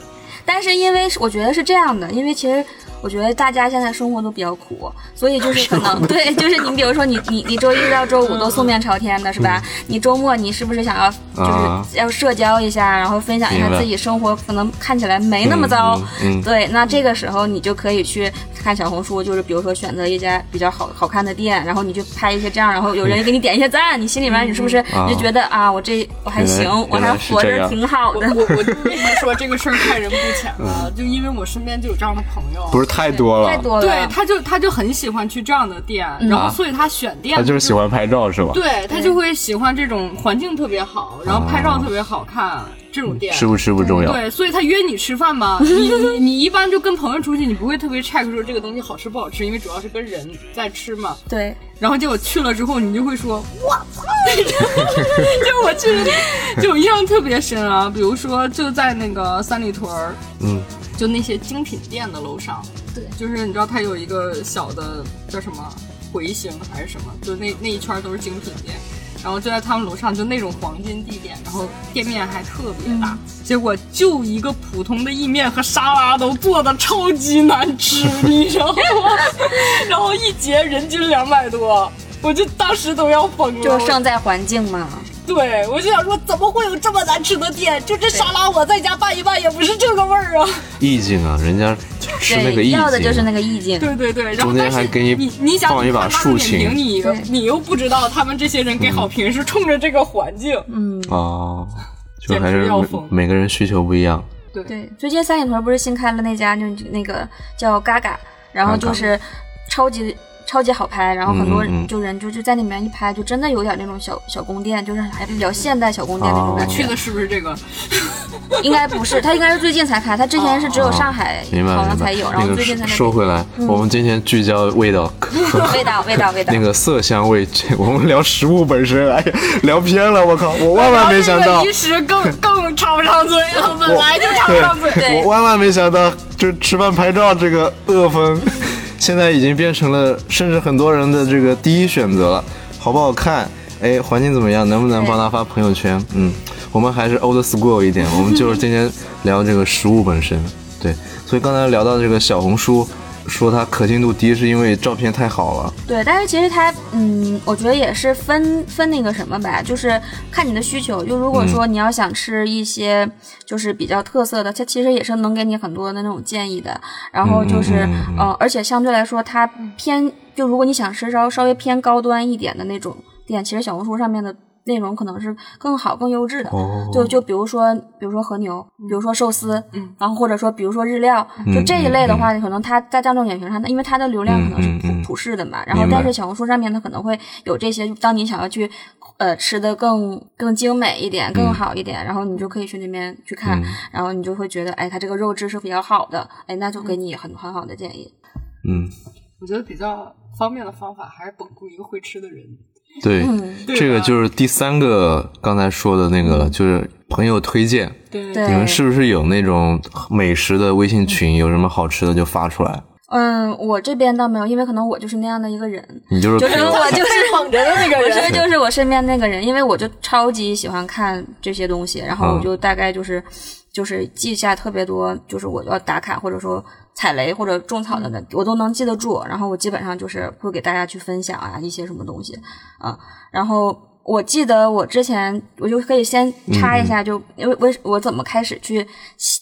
S3: 但是因为是我觉得是这样的，因为其实我觉得大家现在生活都比较苦，所以就是可能对，就是你比如说你你你周一到周五都素面朝天的是吧？你周末你是不是想要
S1: 嗯啊
S3: 就是要社交一下，然后分享一下
S1: 明白
S3: 自己生活可能看起来没那么糟？
S1: 嗯嗯嗯
S3: 对，那这个时候你就可以去看小红书，就是比如说选择一家比较好好看的店，然后你去拍一些这样，然后有人给你点一些赞，你心里面你是不是
S1: 啊
S3: 你就觉得啊，我这我还
S1: 原来
S3: 行，我
S1: 原来
S3: 还
S1: 是
S3: 活
S1: 这样
S3: 着挺好
S2: 我
S3: 的。
S2: 我我为什么说这个事儿害人不浅呢？就因为我身边就有这样的朋友，
S1: 嗯不是 太多
S3: 太
S1: 了。
S3: 多了，
S2: 对，他就他就很喜欢去这样的店，然后所以他选店
S1: 他就是喜欢拍照是吧？
S2: 对他就会喜欢这种环境特别好，然后拍照特别好看这种店。
S1: 吃哦不吃不重要，
S2: 对，所以他约你吃饭吧，你你你一般就跟朋友出去，你不会特别 check 说这个东西好吃不好吃，因为主要是跟人在吃嘛。
S3: 对。
S2: 然后结果去了之后，你就会说，我操！ 就我去了，就我印象特别深啊。比如说就在那个三里屯儿，
S1: 嗯，
S2: 就那些精品店的楼上，
S3: 对
S2: 就是你知道它有一个小的叫什么回形还是什么，就那那一圈儿都是精品店。然后就在他们楼上，就那种黄金地点，然后店面还特别大，
S3: 嗯
S2: 结果就一个普通的意面和沙拉都做的超级难吃，你知道吗？ 然后一节人均两百多，我就当时都要疯了。
S3: 就胜在环境嘛。
S2: 对，我就想说，怎么会有这么难吃的店？就这沙拉，我在家拌一拌也不是这个味儿啊！
S1: 意境啊，人家吃那个
S3: 对，
S1: 意境，啊
S3: 要的就是那个意 境。
S2: 对对对，然后
S1: 中间
S2: 但是
S1: 还给
S2: 你
S1: 你
S2: 你想
S1: 放一把
S2: 你看他的
S1: 竖
S2: 点
S1: 琴
S2: 评你
S3: 对
S2: 你又不知道他们这些人给好评是冲着这个环境。
S3: 嗯，
S1: 哦，就
S2: 简直
S1: 还是
S2: 要
S1: 每
S2: 疯
S1: 每个人需求不一样。
S3: 对。最近三里屯不是新开了那家，就那个叫嘎嘎，然后就是超级。超级好拍，然后很多
S1: 嗯嗯嗯
S3: 人就人就就在里面一拍，就真
S1: 哦
S3: 的有点那种小小宫殿，就是还比较现代小宫殿那种感觉。
S2: 去的是不是这个？
S3: 应该不是，它应该是最近才开，它之前是只有上海
S1: 啊哦明白
S3: 好像
S1: 明
S3: 才
S1: 白。
S3: 有，然
S1: 那
S3: 后
S1: 个
S3: 最近才嗯开。
S1: 说回来，我们今天聚焦味 道，
S3: 味道，味道，味道
S1: 那。个色香味，这我们聊食物本身，哎呀，聊偏了，我靠，我万万没 想到
S2: 这个，食更 更插不上嘴了，本
S1: 我 对，我万万没想到，就是吃饭拍照这个恶风， 现在已经变成了甚至很多人的这个第一选择了，好不好看？哎，环境怎么样？能不能帮他发朋友圈？嗯，我们还是 old school 一点，我们就是今天聊这个食物本身。对，所以刚才聊到这个小红书，说它可信度低是因为照片太好了。
S3: 对，但是其实它，嗯，我觉得也是分分那个什么吧，就是看你的需求。就如果说
S1: 嗯
S3: 你要想吃一些就是比较特色的，它其实也是能给你很多的那种建议的。然后就是，
S1: 嗯嗯嗯嗯
S3: 呃，而且相对来说，它偏就如果你想吃稍稍微偏高端一点的那种店，其实小红书上面的内容可能是更好、更优质的。
S1: 哦
S3: 就就比如说，比如说和牛，比如说寿司，
S2: 嗯
S3: 然后或者说比如说日料，
S1: 嗯
S3: 就这一类的话，可能它在大众点评上，它因为它的流量可能是
S1: 嗯嗯
S3: 普、
S1: 嗯
S3: 普世的嘛，然后
S1: 明白
S3: 但是小红书上面它可能会有这些，当你想要去呃吃的更更精美一点、更好一点，然后你就可以去那边去看，
S1: 嗯
S3: 然后你就会觉得，哎，它这个肉质是比较好的，哎，那就给你很很好的建议。
S1: 嗯，
S2: 我觉得比较方便的方法还是绷住一个会吃的人。
S1: 对，
S2: 对
S1: 这个
S2: 吧
S1: 就是第三个刚才说的那个了，就是朋友推荐。
S2: 对
S3: 对
S1: 你们是不是有那种美食的微信群？有什么好吃的就发出来。
S3: 嗯，我这边倒没有，因为可能我就是那样的一个人，
S1: 你就是
S3: 就
S1: Q
S3: 是我就是
S2: 捧着的那个
S3: 我说就是我身边那个人，因为我就超级喜欢看这些东西，然后
S1: 嗯
S3: 我就大概就是、就是记下特别多，就是我要打卡或者说踩雷或者种草的
S1: 嗯
S3: 那，我都能记得住。然后我基本上就是会给大家去分享啊一些什么东西啊，然后。我记得我之前，我就可以先
S1: 嗯
S3: 插一下，就因为为我怎么开始去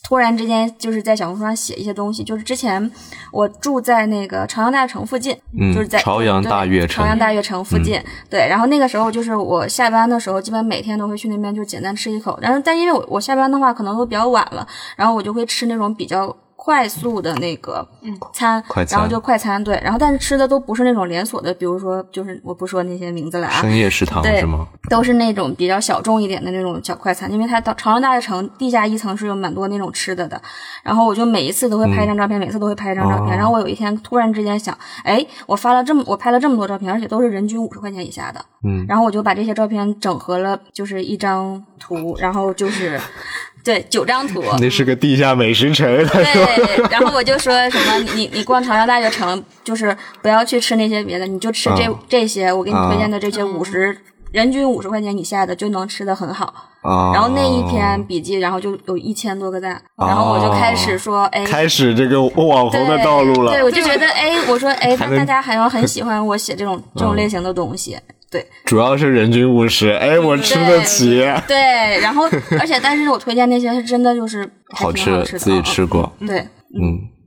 S3: 突然之间就是在小红书上写一些东西，就是之前我住在那个朝阳大悦城附近，
S1: 嗯
S3: 就是在
S1: 朝阳
S3: 对
S1: 大悦城
S3: 朝阳大悦城附近。
S1: 嗯
S3: 对，然后那个时候就是我下班的时候，基本每天都会去那边就简单吃一口。但是，但因为我我下班的话可能都比较晚了，然后我就会吃那种比较。快速的那个餐，
S1: 快餐
S3: 然后就快餐对，然后但是吃的都不是那种连锁的，比如说就是我不说那些名字了啊，
S1: 深夜食堂
S3: 对
S1: 是吗？
S3: 都是那种比较小众一点的那种小快餐，因为它到朝阳大悦城地下一层是有蛮多那种吃的的。然后我就每一次都会拍一张照片，每次都会拍一张照
S1: 嗯
S3: 片。
S1: 哦
S3: 然后我有一天突然之间想，哎，我发了这么我拍了这么多照片，而且都是人均五十块钱以下的。
S1: 嗯
S3: 然后我就把这些照片整合了，就是一张图，然后就是对九张图，
S1: 那是个地下美食城，他
S3: 对，然后我就说什么，你你逛朝阳大悦城，就是不要去吃那些别的，你就吃这、
S1: 啊
S3: 这些，我给你推荐的这些
S2: 嗯
S3: 五十、人均五十块钱以下的就能吃的很好。
S1: 啊。
S3: 然后那一篇笔记，然后就有一千多个赞，然后我就开始说，哎。
S1: 哦开始这个网
S3: 对
S1: 红的道路了
S3: 对，，我就觉得，哎，我说，哎，
S1: 还
S3: 大
S1: 能嗯
S3: 大家好像很喜欢我写这种这种类型的东西，对，
S1: 主要是人均五十，哎，我吃得起，
S3: 对，然后，而且，但是我推荐那些是真的就是还
S1: 好
S3: 挺好
S1: 吃，
S3: 吃的，
S1: 自己
S3: 嗯，
S1: 吃过。
S3: 嗯嗯对，
S1: 嗯，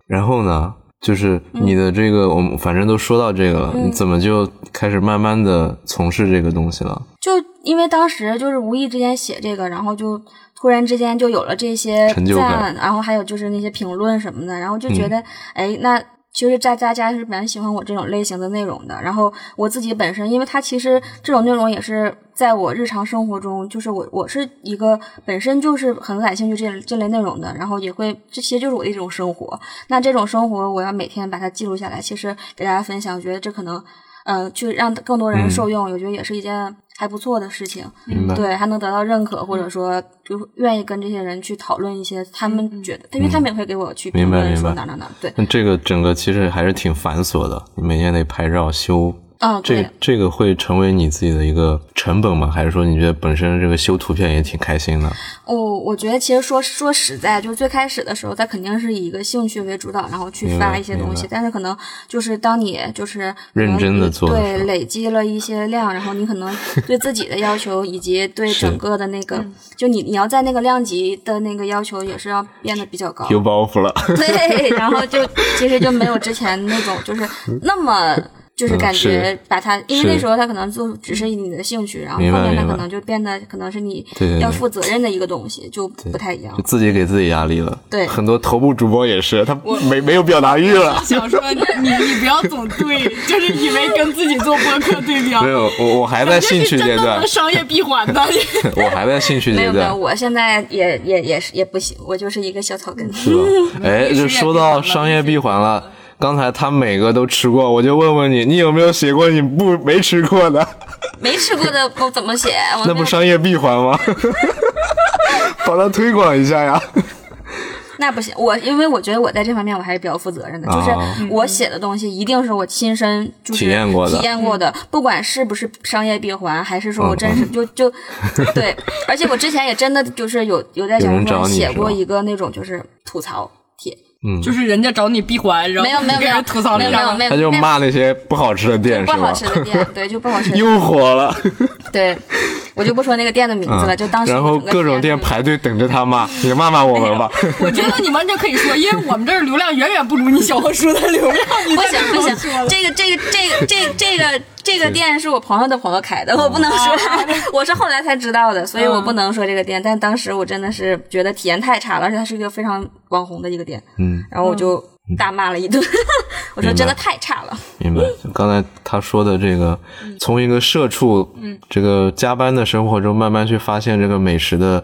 S1: 然后呢，就是你的这个，我们反正都说到这个了，
S3: 嗯
S1: 你怎么就开始慢慢的从事这个东西了？
S3: 就因为当时就是无意之间写这个，然后就突然之间就有了这些
S1: 成就
S3: 赞
S1: 感，嗯
S3: 然后还有就是那些评论什么的，然后就觉得，哎，那其实大大家是蛮喜欢我这种类型的内容的。然后我自己本身，因为它其实这种内容也是在我日常生活中，就是我我是一个本身就是很感兴趣这这类内容的，然后也会这其实就是我的一种生活。那这种生活，我要每天把它记录下来，其实给大家分享，我觉得这可能，呃，去让更多人
S1: 嗯
S3: 受用，我觉得也是一件还不错的事情。
S1: 明白？
S3: 对，还能得到认可，或者说就愿意跟这些人去讨论一些他们觉得，因为他们也会给我去评
S1: 明白
S3: 论说
S1: 明
S3: 哪
S1: 白
S3: 哪哪，对，
S1: 那这个整个其实还是挺繁琐的，你每天得拍照修。
S3: 嗯，
S1: 这
S3: 对
S1: 个。这个会成为你自己的一个成本吗？还是说你觉得本身这个修图片也挺开心的？
S3: 我、哦我觉得其实说说实在，就是最开始的时候，他肯定是以一个兴趣为主导，然后去
S1: 明
S3: 发
S1: 白
S3: 一些
S1: 明
S3: 东西
S1: 白。
S3: 但是可能就是当你就是
S1: 认
S3: 可能
S1: 真地
S3: 你
S1: 做的时
S3: 对
S1: 候
S3: 累积了一些量，然后你可能对自己的要求以及对整
S1: 是
S3: 个的那个，就你你要在那个量级的那个要求也是要变得比较高。
S1: 有包袱了，
S3: 对，然后就其实就没有之前那种就是那么。就是
S1: 嗯
S3: 感觉
S1: 是
S3: 把它，因为那
S1: 是
S3: 时候它可能就只是你的兴趣，然后
S1: 明白
S3: 后面它
S1: 明白
S3: 可能就变得可能是你
S1: 对对对
S3: 要负责任的一个东西，就不太一样
S1: 就。自己给自己压力了。
S3: 对
S1: 很多头部主播也是，他没没有表达欲 了。
S2: 想说你你不要总对， 就是以为跟自己做播客对标
S1: 没，有，我我还在兴趣阶段
S2: 这是真的，商业闭环 的。
S1: 我还在兴趣
S3: 没
S1: 阶
S3: 有没有，
S1: 段，
S3: 我现在也也也是也不行，我就是一个小草根。
S1: 是吧？哎，
S2: 历史
S1: 就说
S2: 也闭环
S1: 到
S2: 了
S1: 商业闭环了。刚才他每个都吃过，我就问问你，你有没有写过你不没吃过的？
S3: 没吃过的我怎么写？我
S1: 那
S3: 哦没有
S1: 不商业闭环吗？ 把它推广一下呀！
S3: 那不行，我因为我觉得我在这方面我还是比较负责任的，
S1: 啊
S3: 就是我写的东西一定是我亲身就是
S1: 体验过的
S3: 体验过的，不管是不是商业闭环，还是说我
S1: 嗯
S3: 真是就就 对，而且我之前也真的就是有有在小
S1: 有
S3: 红
S1: 人
S3: 书上
S1: 找你
S3: 写
S1: 是
S3: 过
S1: 吧
S3: 一个那种就是吐槽帖，
S2: 就是人家找你闭环，然后
S3: 没有没有
S2: 给
S3: 没有
S2: 人吐槽
S3: 没有
S2: 两
S3: 没有
S2: 张
S3: 没有，
S1: 他就
S3: 那
S1: 骂那些不好吃的店
S3: 不
S1: 是
S3: 好
S1: 吧？
S3: 吃的店，对，就不 好吃的，
S1: 又火了，
S3: 对，我就不说那个店的名字了，就当
S1: 嗯
S3: 时
S1: 然后
S3: 整个
S1: 各种店
S3: 是
S1: 排队等着他骂，你骂骂我
S3: 哎
S1: 们吧。
S2: 我觉得你完全可以说，因为我们这儿流量远远不如你小红书的流 量。 你
S3: 不
S2: 在
S3: 行
S2: 这
S3: 不
S2: 儿
S3: 行
S2: 说了，
S3: 这个这个这个这个这个这个店是我朋友的朋友开的，我不能
S2: 哦
S3: 说， 我是后来才知道的，所以
S2: 嗯
S3: 我不能说这个店。但当时我真的是觉得体验太差了，而且它是一个非常网红的一个店，
S1: 嗯，
S3: 然后我就大骂了一顿， 我说真的太差了。
S1: 明白。刚才他说的这个，从一个社畜，
S2: 嗯
S1: 这个加班的生活中，慢慢去发现这个美食的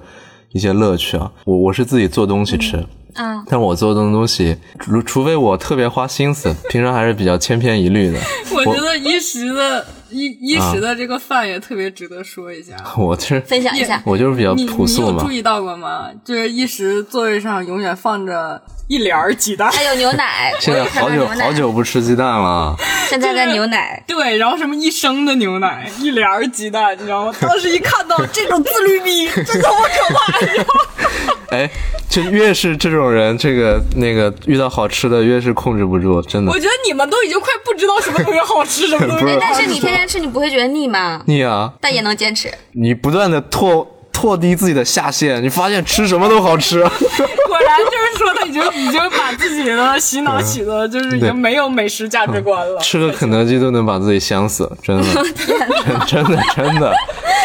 S1: 一些乐趣啊。我我是自己做东西吃，
S2: 嗯
S3: 啊，
S1: 但我做的东西，除除非我特别花心 思，平常还是比较千篇一律的。
S2: 我觉得一时的一一时的这个饭也特别值得说一下。
S1: 我就是
S3: 分享一下，
S1: 我就是比较
S2: 你
S1: 朴
S2: 你
S1: 素
S2: 有
S1: 啊嘛
S2: 注，意到过吗？就是一时座位上永远放着一帘儿鸡蛋，
S3: 还有牛奶，
S1: 现
S3: 我
S1: 在
S3: 也看
S1: 好
S3: 到
S1: 久
S3: 牛奶
S1: 好，久不吃鸡蛋了，啊
S3: 现在在牛奶。
S2: 对，然后什么一升的牛奶，一帘儿鸡蛋，你知道吗？当时一看到这种自律逼，真他妈 可怕！你知道吗
S1: 哎，就越是这种人，这个那个遇到好吃的越是控制不住，真的
S2: 我觉得你们都已经快不知道什么东西好吃，什么东西
S1: 不是
S2: 不好
S3: 哎但
S2: 吃
S3: 是你天天吃，你不会觉得腻吗？
S1: 腻啊！
S3: 但也能坚持。
S1: 你不断的拓拓低自己的下限，你发现吃什么都好吃。
S2: 果然就是说他已经已经把自己的洗脑洗的，就是已经没有美食价值观了。
S1: 吃个肯德基都能把自己香死，真的，真的，真的，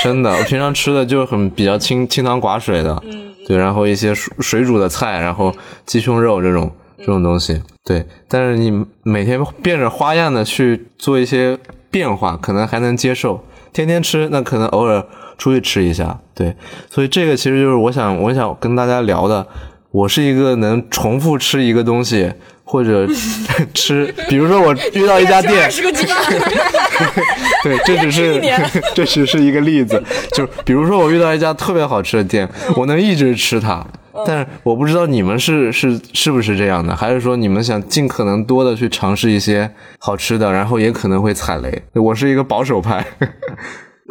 S1: 真的。我平常吃的就是很比较清清汤寡水的，对，然后一些水水煮的菜，然后鸡胸肉这种这种东西，对。但是你每天变着花样的去做一些变化，可能还能接受。天天吃，那可能偶尔出去吃一下，对。所以这个其实就是我想我想跟大家聊的，我是一个能重复吃一个东西。或者 吃，比如说我遇到一家 店，
S2: 是个鸡蛋，
S1: 对，这只是这只是一个例子， 就是比如说我遇到一家特别好吃的店，
S3: 嗯
S1: 我能一直吃它，但是我不知道你们是是是不是这样的，还是说你们想尽可能多的去尝试一些好吃的，然后也可能会踩雷。我是一个保守派，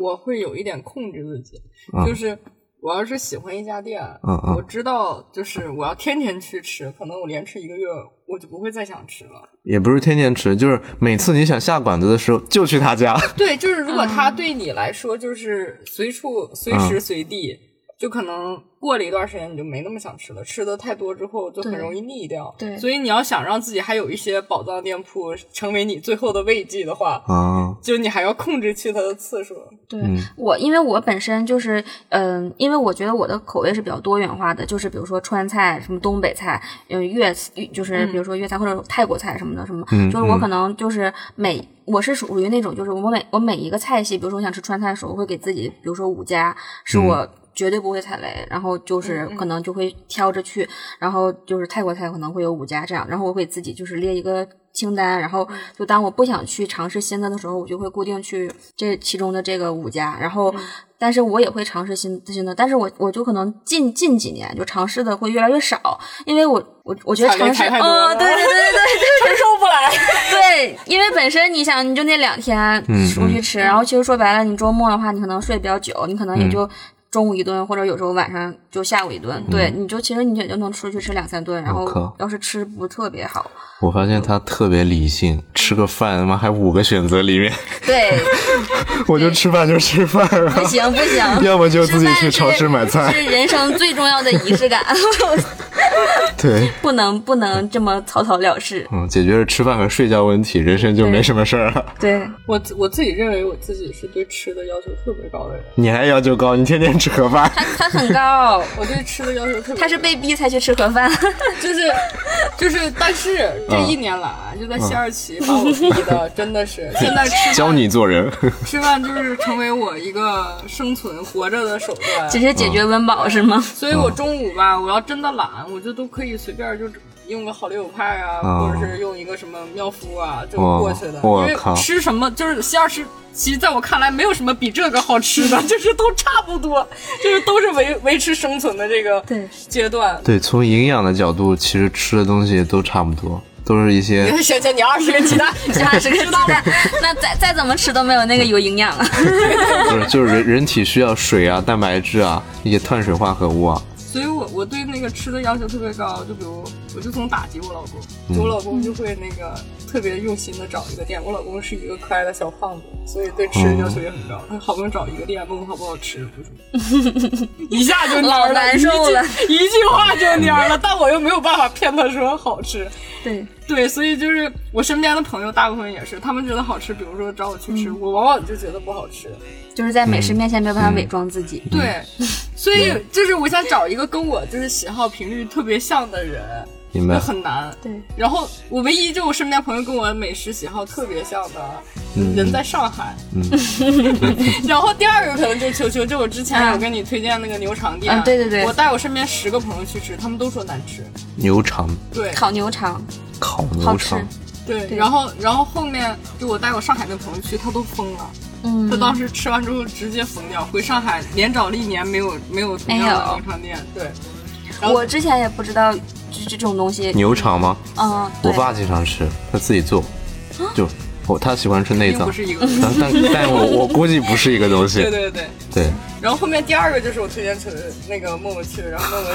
S2: 我会有一点控制自己，
S1: 嗯
S2: 就是我要是喜欢一家店，
S1: 嗯嗯
S2: 我知道就是我要天天去吃，可能我连吃一个月我就不会再想吃了。
S1: 也不是天天吃，就是每次你想下馆子的时候就去他 家。
S2: 对，就是如果它
S3: 嗯
S2: 对你来说就是随处随时随地。就可能过了一段时间，你就没那么想吃了。吃的太多之后，就很
S3: 对
S2: 容易腻掉。
S3: 对
S2: 所以你要想让自己还有一些宝藏店铺成为你最后的慰藉的话，
S1: 啊，
S2: 就你还要控制去它的次数。
S3: 对、
S1: 嗯
S3: 我，因为我本身就是，嗯、因为我觉得我的口味是比较多元化的，就是比如说川菜、什么东北菜，嗯，粤就是比如说粤菜或者泰国菜什么的，什么，
S1: 嗯
S3: 就是我
S1: 嗯
S3: 可能就是每我是属于那种，就是我每我每一个菜系，比如说我想吃川菜的时候，我会给自己，比如说五家是
S1: 嗯
S3: 我。绝对不会踩雷，然后就是可能就会挑着去，然后就是泰国菜可能会有五家这样，然后我会自己就是列一个清单，然
S2: 嗯
S3: 后就当我不想去尝试新的的时候，我就会固定去这其中的这个五家，
S2: 嗯
S3: 然后。但是我也会尝试新新的，但是我我就可能近近几年就尝试的会越来越少，因为我我我觉得
S2: 踩雷
S3: 尝试，
S2: 踩太多
S3: 嗯，
S2: 了
S3: 对对对对对，
S2: 承受不来。
S3: 对，因为本身你想，你就那两天
S1: 嗯
S3: 出去吃，然后其实说白了，你周末的话，你可能睡得比较久，你可能也就中午一顿，或者有时候晚上就下午一顿。对，你就其实你也就能出去吃两三顿，然
S1: 我
S3: 后
S1: 靠
S3: 要是吃不特别好，
S1: 我发现他特别理性，吃个饭他妈还五个选择里面，
S3: 对，
S1: 我就吃饭就吃饭
S3: 不
S1: 啊，
S3: 行不行，
S1: 要么就自己
S3: 吃饭
S1: 去超市买菜
S3: 是是人生最重要的仪式感。
S1: 对，
S3: 不能不能这么草草了事。
S1: 嗯，解决了吃饭和睡觉问题，人生就没什么事儿了。
S3: 对，
S2: 我自我自己认为我自己是对吃的要求特别高的人，
S1: 你还要求高，你天天吃盒饭，
S3: 他他很高，
S2: 我对吃的要求特别高。
S3: 他是被逼才去吃盒饭。
S2: 就是就是，但是这一年来啊，就在西二旗把我逼的，真的是现在吃
S1: 教你做人。
S2: 吃饭就是成为我一个生存活着的手段。
S3: 只是解决温饱是吗？
S2: 所以我中午吧，我要真的懒，我就都可以随便就用个好丽友派啊，
S1: 哦
S2: 或者是用一个什么妙芙啊，就
S1: 哦
S2: 过去的。
S1: 我
S2: 因为
S1: 靠
S2: 吃什么就是西二吃，其实在我看来没有什么比这个好吃的，就是都差不多，就是都是维维持生存的这个
S3: 对
S2: 阶段。
S1: 对，从营养的角度，其实吃的东西都差不多，都是一 些
S2: 行行，你二十个鸡蛋，
S3: 这 还是个鸡蛋，那再再怎么吃都没有那个有营养啊了。
S1: 不是，就是人人体需要水啊、蛋白质啊、一些碳水化合物啊。
S2: 所以我我对那个吃的要求特别高，就比如我就总打击我老公，就我老公就会那个特别用心的找一个店。我老公是一个可爱的小胖子，所以对吃的要求也很高。他好不容易找一个店，问我好不好吃，我说一下就蔫
S3: 老
S2: 了，
S3: 难受了
S2: 一句一句话就蔫了，但我又没有办法骗他说好吃。
S3: 对，
S2: 对，所以就是我身边的朋友大部分也是，他们觉得好吃，比如说找我去吃，我往往就觉得不好吃。
S3: 就是在美
S1: 嗯
S3: 食面前没有办法伪装自己。
S2: 对，所以就是我想找一个跟我就是喜好频率特别像的人，
S1: 明
S2: 那
S1: 白？
S2: 很难。
S3: 对，
S2: 然后我唯一就我身边朋友跟我美食喜好特别像的
S1: 嗯
S2: 人在上海，
S1: 嗯
S2: 然后第二个可能就是球球，就我之前
S3: 啊
S2: 有跟你推荐那个牛肠店，
S3: 啊对对对
S2: 我带我身边十个朋友去吃，他们都说难吃，
S1: 牛肠、
S2: 对
S3: 烤牛肠，
S1: 烤
S3: 好
S1: 牛
S3: 吃
S1: 肠，
S2: 对，
S3: 对
S2: 然后然后后面就我带我上海的朋友去，他都疯了，
S3: 嗯
S2: 他，当时吃完之后直接疯掉，回上海连找了一年没有没有同样的牛肠店，对。然后
S3: 我之前也不知道这这种东西。
S1: 牛肠吗？
S3: 嗯，
S1: 我
S3: 对，
S1: 爸经常吃，他自己做，就我他喜欢吃内
S2: 并
S1: 脏
S2: 不，是一个。
S1: 但但但我我估计不是一个东西
S2: 对。对对，
S1: 对，
S2: 然后后面第二个就是我推荐去那个默默去，然后默默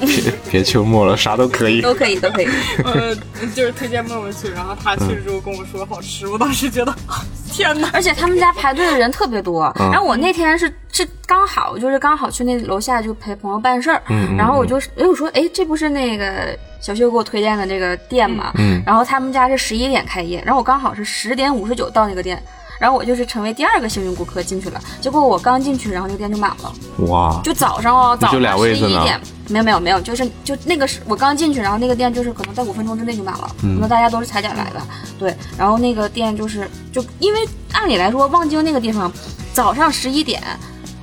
S1: 别别秋末了，啥都可以。
S3: 都可以，都可以。
S2: 呃，就是推荐默默去，然后他去了之后跟我说好吃，我当时觉得， 啊天哪！
S3: 而且他们家排队的人特别多。
S1: 嗯
S3: 然后我那天是是刚好就是刚好去那楼下就陪朋友办事儿，
S1: 嗯
S3: 然后我就哎我说哎这不是那个小秀给我推荐的这个店吗？
S1: 嗯
S3: 然后他们家是十一点开业，然后我刚好是十点五十九到那个店。然后我就是成为第二个幸运顾客进去了，结果我刚进去，然后那个店就满了，
S1: 哇，
S3: 就早上哦，
S1: 那
S3: 早
S1: 就
S3: 上
S1: 俩位
S3: 十
S1: 子
S3: 一
S1: 呢
S3: 点，没有没有没有，就是就那个是我刚进去，然后那个店就是可能在五分钟之内就满了，
S1: 嗯
S3: 可能大家都是踩点来的，对，然后那个店就是就因为按理来说望京那个地方，早上十一点，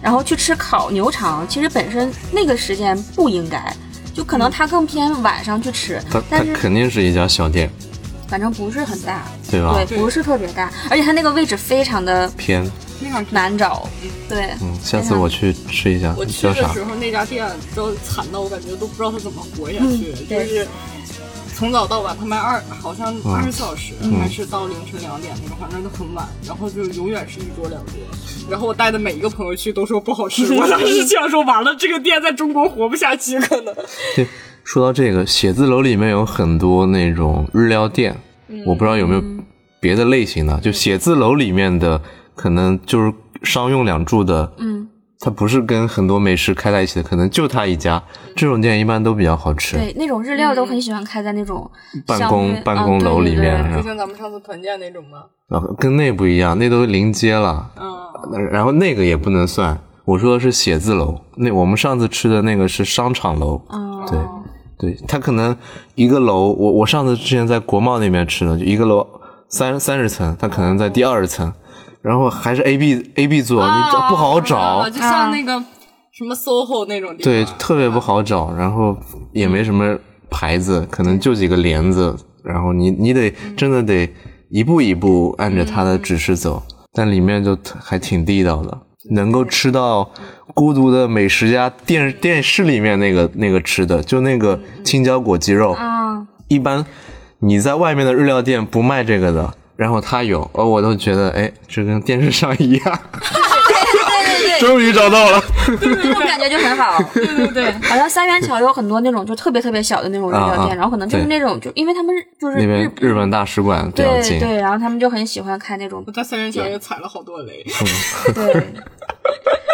S3: 然后去吃烤牛肠，其实本身那个时间不应该。就可能它更偏晚上去吃，
S1: 他嗯他
S3: 但是
S1: 肯定是一家小店，
S3: 反正不是很大，
S1: 对吧？
S3: 对，不是特别大，而且它那个位置非常的
S1: 偏，
S2: 那场
S3: 难找，对，
S1: 嗯，下
S3: 哎
S1: 次我去吃一下
S2: 我，去
S1: 叫
S2: 的
S1: 啥？
S2: 时候那家店都惨到我感觉都不知道他怎么活下去，
S3: 嗯
S2: 就
S3: 对嗯
S2: 是从早到晚，他们二好像二十四小时、还是到凌晨两点那个，反正都很晚，然后就永远是一桌两桌。然后我带的每一个朋友去都说不好吃，我当时就想说完了，这个店在中国活不下去可能。
S1: 对，说到这个，写字楼里面有很多那种日料店，
S3: 嗯
S1: 我不知道有没有别的类型的，就写字楼里面的，可能就是商用两住的，
S3: 嗯，
S1: 它不是跟很多美食开在一起的，可能就它一家，这种店一般都比较好吃。
S3: 嗯对，那种日料都很喜欢开在那种
S1: 办
S3: 像
S1: 公
S3: 那
S1: 办
S3: 啊
S1: 公
S3: 对
S1: 楼
S3: 对
S1: 里
S3: 对
S1: 面
S2: 就像咱们上次团建那种吗？
S1: 啊，跟那不一样，那都临街了，
S2: 嗯，
S1: 那然后那个也不能算。我说的是写字楼，那我们上次吃的那个是商场楼，
S3: 哦
S1: 对，对，它可能一个楼，我我上次之前在国贸那边吃的，就一个楼三三十层，它可能在第二十层，然后还是 A B A B 座，你找不好找
S2: 啊，就像那个什么 SOHO 那种地方。
S1: 对，
S3: 啊
S1: 特别不好找，然后也没什么牌子，可能就几个帘子，然后你你得
S3: 嗯
S1: 真的得一步一步按着它的指示走，但里面就还挺地道的，能够吃到孤独的美食家电电视里面那个那个吃的，就那个青椒果鸡肉，
S3: 嗯啊，
S1: 一般你在外面的日料店不卖这个的。然后他有，哦，我都觉得，哎，这跟电视上一样，
S3: 对对
S1: 终于找到了。
S3: 对，这种感觉就很好。
S2: 对对对，
S3: 好像三元桥有很多那种就特别特别小的那种日料
S1: 啊啊
S3: 店，然后可能就是
S1: 对
S3: 那种就因为他们是就是
S1: 那
S3: 嗯日
S1: 边日本大使馆比较
S3: 对
S1: 近，
S3: 对， 然后他们就很喜欢开那种
S1: 嗯
S2: 我在三元桥也踩了好多雷。
S3: 对，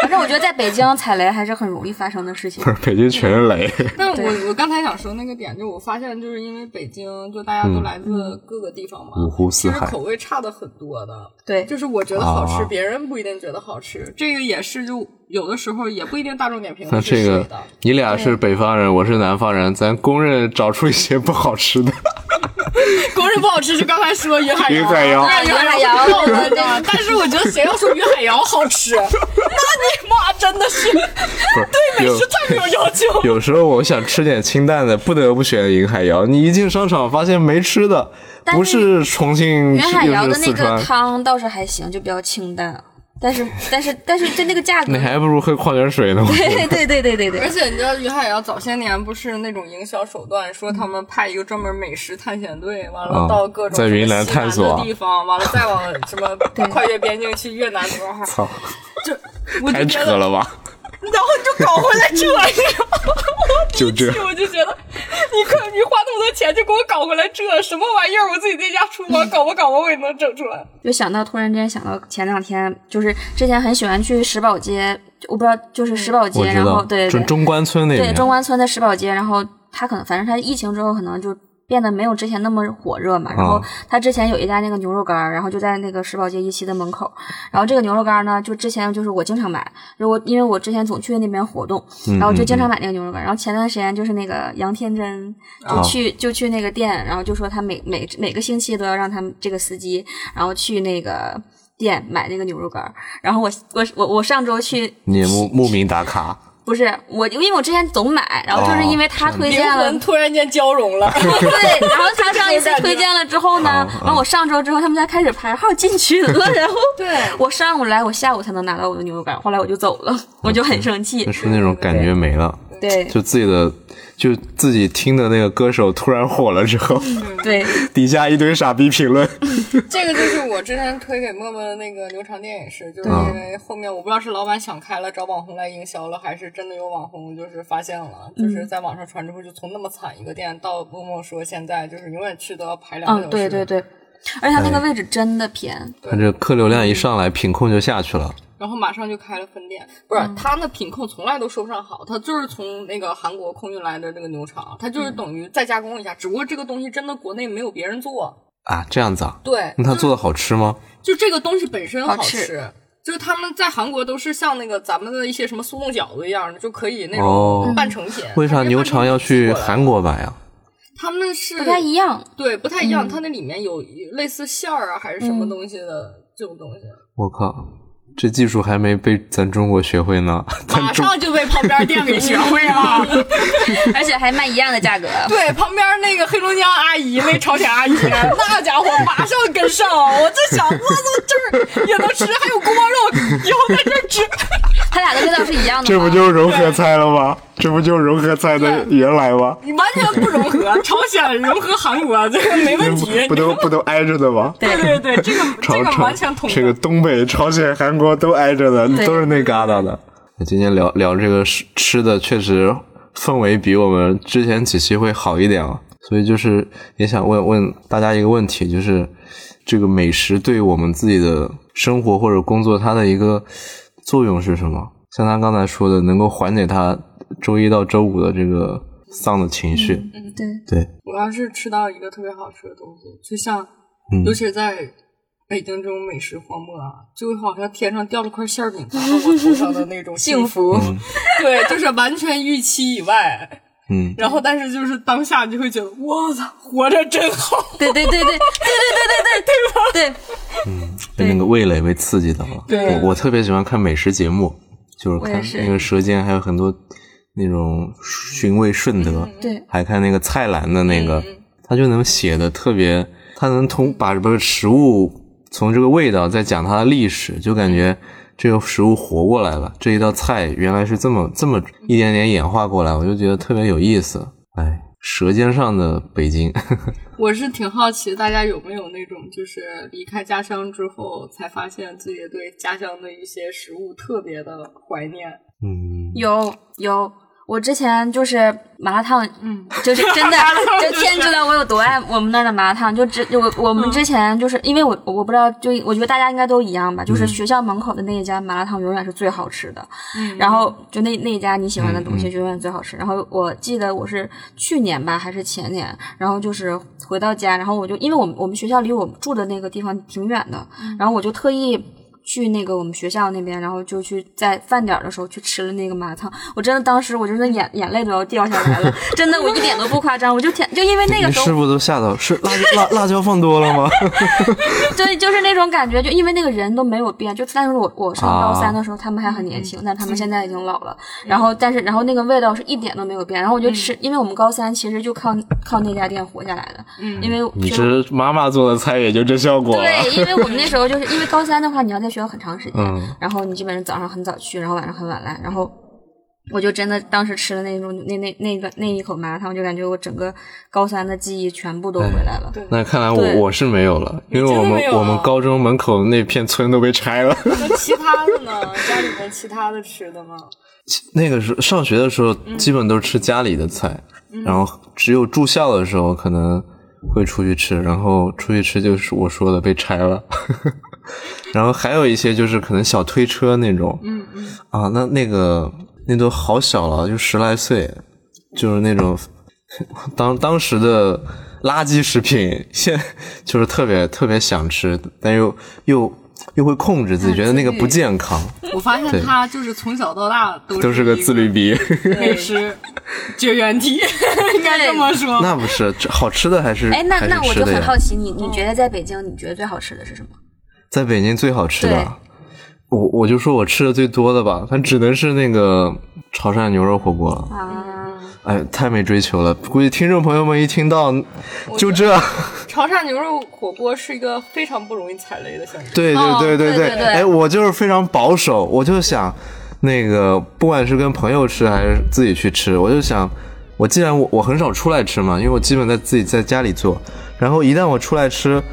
S3: 反正我觉得在北京踩雷还是很容易发生的 事情。
S1: 不是北京全是雷，
S2: 但
S3: 对
S2: 我我刚才想说那个点，就是我发现，就是因为北京就大家都来自各个地方嘛，
S1: 嗯五湖四
S2: 其实
S1: 海
S2: 口味差的很多的。
S3: 对，
S2: 就是我觉得好吃，
S1: 啊
S2: 别人不一定觉得好吃，这个也是就有的时候也不一定大众点评
S1: 那
S2: 会
S1: 这
S2: 是谁
S1: 个
S2: 的。
S1: 你俩是北方人，我是南方人，咱公认找出一些不好吃的。
S2: 公认不好吃，就刚 才说云海
S1: 云海肴
S2: 对 云海
S3: 云海肴
S2: 肴我知道但是我觉得谁要说云海肴好吃，那 你妈真的是
S1: 不是
S2: 美
S1: 有
S2: 食太没有要求。
S1: 有时候我想吃点清淡的，不得不选云海肴。你一进商场发现没吃的，
S3: 但
S1: 不
S3: 是
S1: 是重庆
S3: 云海
S1: 就
S3: 肴
S1: 是
S3: 的那
S1: 四川
S3: 个，汤倒是还行，就比较清淡，但是 但是但是对那个价格
S1: 你，还不如喝矿泉水呢。我觉得
S3: 对对对对对
S2: 而
S3: 对，
S2: 且你知道云海肴早些年不是那种营销手段，说他们派一个专门美食探险队，完了
S1: 啊
S2: 到各种
S1: 在
S2: 什么
S1: 云南
S2: 西
S1: 探索啊
S2: 的地方，完了再往什么跨越边境去越南多少，
S1: 操，
S2: 就 我
S1: 太
S2: 就
S1: 扯
S2: 觉得，
S1: 了 吧！
S2: 然后你就搞回来 这样，
S1: 就这，
S2: 我就觉得你可你花那么多钱就给我搞回来这什么玩意儿，我自己在家厨房搞吧搞吧我也能整出来。
S3: 就想到突然之间想到前两天，就是之前很喜欢去石堡街，我不知道就是石堡街，
S1: 我知
S3: 然后
S1: 道，
S3: 对
S1: 就
S3: 对
S1: 中关村那
S3: 对
S1: 边，
S3: 中关村的石堡街，然后它可能反正它疫情之后可能就。变得没有之前那么火热嘛，
S1: 啊
S3: 然后它之前有一家那个牛肉干儿，然后就在那个石堡街一期的门口，然后这个牛肉干儿呢，就之前就是我经常买，如果因为我之前总去那边活动，
S1: 嗯
S3: 然后就经常买那个牛肉干。然后前段时间就是那个杨天真就
S1: 啊
S3: 去、就去那个店，然后就说他每每每个星期都要让他们这个司机，然后去那个店买那个牛肉干儿。然后我我我我上周去
S1: 你慕慕名打卡，
S3: 不是我，因为我之前总买，然后就是因为他推
S2: 灵
S3: 荐了
S2: 魂。突然间交融 了，
S3: 对，然后他上一次推荐了之后呢，
S1: 好
S3: 然后我上周之后他们家开始排号进群了，然后
S2: 对
S3: 我上午来，我下午才能拿到我的牛肉干，后来我就走了，我就很生气
S1: 就。是那种感觉没了，
S3: 对
S1: 就自己的，就自己听的那个歌手突然火了之后，
S3: 对，
S1: 底下一堆傻逼评论。
S2: 这个就是我之前推给默默的那个牛肠店也是，就是
S3: 嗯
S2: 因为后面我不知道是老板想开了找网红来营销了，还是真的有网红就是发现了，
S3: 嗯
S2: 就是在网上传之后，就从那么惨一个店到默默说现在就是永远去都要排两个
S3: 嗯，
S2: 小时。
S3: 对对对，而且他那个位置真的偏，
S1: 他这客流量一上来，品控就下去了。
S2: 然后马上就开了分店，不是、
S3: 嗯
S2: 他那品控从来都说不上好，他就是从那个韩国空运来的那个牛肠，他
S3: 嗯
S2: 就是等于再加工一下，只不过这个东西真的国内没有别人做。
S1: 啊，这样子啊？
S2: 对，
S1: 那他
S2: 就是
S1: 做的好吃吗？
S2: 就这个东西本身好
S3: 好
S2: 就是他们在韩国都是像那个咱们的一些什么速冻饺子一样的，就可以那
S1: 哦
S2: 种半成品。
S1: 为啥
S2: 它是
S1: 牛
S2: 半成
S1: 肠
S2: 品
S1: 要去
S2: 寄过来
S1: 韩国买呀？啊
S2: 他们是
S3: 不太一嗯样。
S2: 对不太一样，它那里面有类似馅儿啊，还是什
S3: 嗯
S2: 么东西的、这种东西，
S1: 我靠，这技术还没被咱中国学会呢。 咱
S2: 马
S1: 中
S2: 上就被旁边店给学会了。
S3: 而且还卖一样的价格。
S2: 对，旁边那个黑龙江阿姨，那朝 鲜阿姨，那家伙马上跟上，我就想，我操，这儿也能吃，还有锅包肉，以后在这儿吃。
S3: 它俩的味道是一样的
S4: 这
S3: 吗
S4: 不就是融合菜了吗？这不就是融合菜的原来吗？
S2: 你完全不融合，朝鲜融合韩国这个没问题。
S4: 不都不都挨着的吗？
S2: 对对对，这个 这个完全统一。
S4: 这个东北、朝鲜、韩国都挨着的，
S3: 对
S4: 都是那旮瘩的。
S1: 今天聊聊这个吃吃的，确实氛围比我们之前几期会好一点了。所以就是也想问问大家一个问题，就是这个美食对我们自己的生活或者工作它的一个作用是什么？像他刚才说的，能够缓解他周一到周五的这个丧的情绪。
S3: 对，
S1: 对，
S2: 我要是吃到一个特别好吃的东西，就像，
S1: 嗯
S2: 尤其是在北京这种美食荒漠啊，就好像天上掉了块馅饼砸到我头上的那种幸福。 对，就是完全预期以外。
S1: 嗯，
S2: 然后，但是就是当下你就会觉得，我操，活着真好。
S3: 对对对对对对对对对对对，
S1: 被
S3: 对
S1: 那个味蕾被刺激到了。
S2: 对
S1: 我我特别喜欢看美食节目，就是
S3: 我
S1: 看
S3: 也是
S1: 那个《舌尖》，还有很多那种寻味顺德，
S3: 嗯对嗯
S1: 还看那个蔡澜的那个，他就能写的特别，他能通把这个食物从这个味道再讲它的历史，就感觉。
S3: 嗯
S1: 这个食物活过来了，这一道菜原来是这么这么一点点演化过来，我就觉得特别有意思。哎，舌尖上的北京，
S2: 我是挺好奇大家有没有那种，就是离开家乡之后才发现自己对家乡的一些食物特别的怀念。
S1: 嗯，
S3: 有有。我之前就是麻辣烫，嗯，就是嗯真 的就天知道我有多爱我们那儿的麻辣烫。就之我我们之前就是因为我我不知道，就我觉得大家应该都一样吧，就是学校门口的那一家麻辣烫永远是最好吃的。嗯，然后就那那一家你喜欢的东西就永远最好吃。然后我记得我是去年吧还是前年，然后就是回到家，然后我就因为我们我们学校离我们住的那个地方挺远的，然后我就特意。去那个我们学校那边，然后就去在饭点儿的时候去吃了那个麻辣烫。我真的当时我就是眼眼泪都要掉下来了， 真的我一点都不夸张，我就天就因为那个
S1: 你
S3: 时候
S1: 师傅都吓到，是辣辣辣椒放多了吗？
S3: 对，就是那种感觉，就因为那个人都没有变，就但是我我上高三的时
S1: 啊
S3: 候，他们还很年轻，但他们现在已经老了。然后，但是然后那个味道是一点都没有变。然后我就吃，因为我们高三其实就靠靠那家店活下来的，因为
S1: 你
S3: 就
S1: 这妈妈做的菜也就这效果了。
S3: 对，因为我们那时候就是因为高三的话，你要在学校很长时间，
S1: 嗯
S3: 然后你基本上早上很早去，然后晚上很晚来，然后我就真的当时吃了那种那那那个那一口麻辣烫，我就感觉我整个高三的记忆全部都回来了。
S1: 那看来我
S3: 对
S1: 我是没有了，因为
S2: 真的
S1: 我们
S2: 没有啊
S1: 我们高中门口那片村都被拆了。
S2: 那其他的呢？ 家里面其他的吃的吗？
S1: 那个时候上学的时候，基本都吃家里的菜，然后只有住校的时候可能会出去吃，然后出去吃就是我说的被拆了。 然后还有一些就是可能小推车那种，嗯嗯，啊，那那个那都好小了，就十来岁，就是那种 当当时的垃圾食品， 现就是特别特别想吃，但又又又会控啊制自己，觉得那个不健康，
S2: 我发现
S1: 对
S2: 他就是从小到大都
S1: 都是个自律逼。
S2: 美食 绝缘体，应该这么 说。
S1: 那不是这好吃的还是
S3: 哎，那
S1: 还是
S3: 那我
S1: 吃
S3: 就
S1: 的
S3: 很好
S1: 呀。
S3: 奇，你你觉得在北京，你觉得最好吃的是什么？
S1: 在北京最好吃
S3: 对
S1: 的，我我就说我吃的最多的吧，它只能是那个潮汕牛肉火锅了。
S3: 啊，
S1: 哎，太没追求了，估计听众朋友们一听到就这，
S2: 潮汕牛肉火锅是一个非常不容易踩雷的项目。
S1: 对
S3: 哦
S1: 对对
S3: 对对对
S1: 哎，我就是非常保守，我就想那个不管是跟朋友吃还是自己去吃，我就想。我既然我我很少出来吃嘛，因为我基本在自己在家里做，然后一旦我出来吃，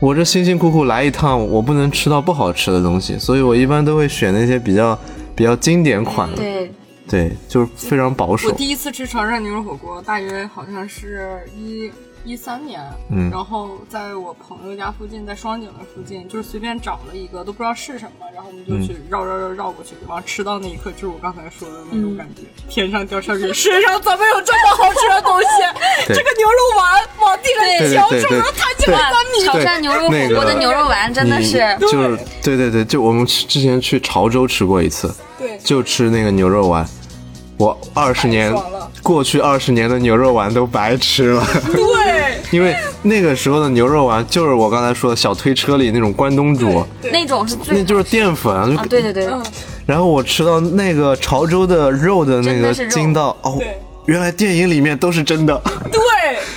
S1: 我这辛辛苦苦来一趟，我不能吃到不好吃的东西，所以我一般都会选那些比较比较经典款的，
S3: 对，
S1: 对，就是非常保
S2: 我
S1: 守。
S2: 第一次吃潮汕牛肉火锅，大约好像是一一三年，
S1: 嗯
S2: 然后在我朋友家附近，在双井的附近，就是随便找了一个，都不知道是什么，然后我们就去
S1: 嗯
S2: 绕绕绕绕过去，然后吃到那一刻，就是我刚才说的那种感觉，
S1: 嗯
S2: 天上掉馅饼，世上怎么有这么好吃的东西？这
S1: 对
S2: 个牛肉丸往地上一
S1: 对
S2: 敲，
S1: 对对
S2: 手
S1: 对
S2: 上弹起了三米。
S3: 潮
S1: 对
S3: 汕牛肉火锅的牛肉丸啊真的是，
S1: 你就是对对对，就我们之前去潮州吃过一次，
S2: 对，
S1: 就吃那个牛肉丸，我二十年
S2: 太爽了
S1: 过去二十年的牛肉丸都白吃了，
S2: 对，
S1: 因为那个时候的牛肉丸就是我刚才说的小推车里那种关东煮，
S3: 那种是最
S1: 那就是嗯淀粉，就
S3: 啊，对对对，
S1: 然后我吃到那个潮州的肉的那
S3: 真
S1: 个
S3: 的是肉
S1: 筋道，哦
S2: 对，
S1: 原来电影里面都是真的，
S2: 对，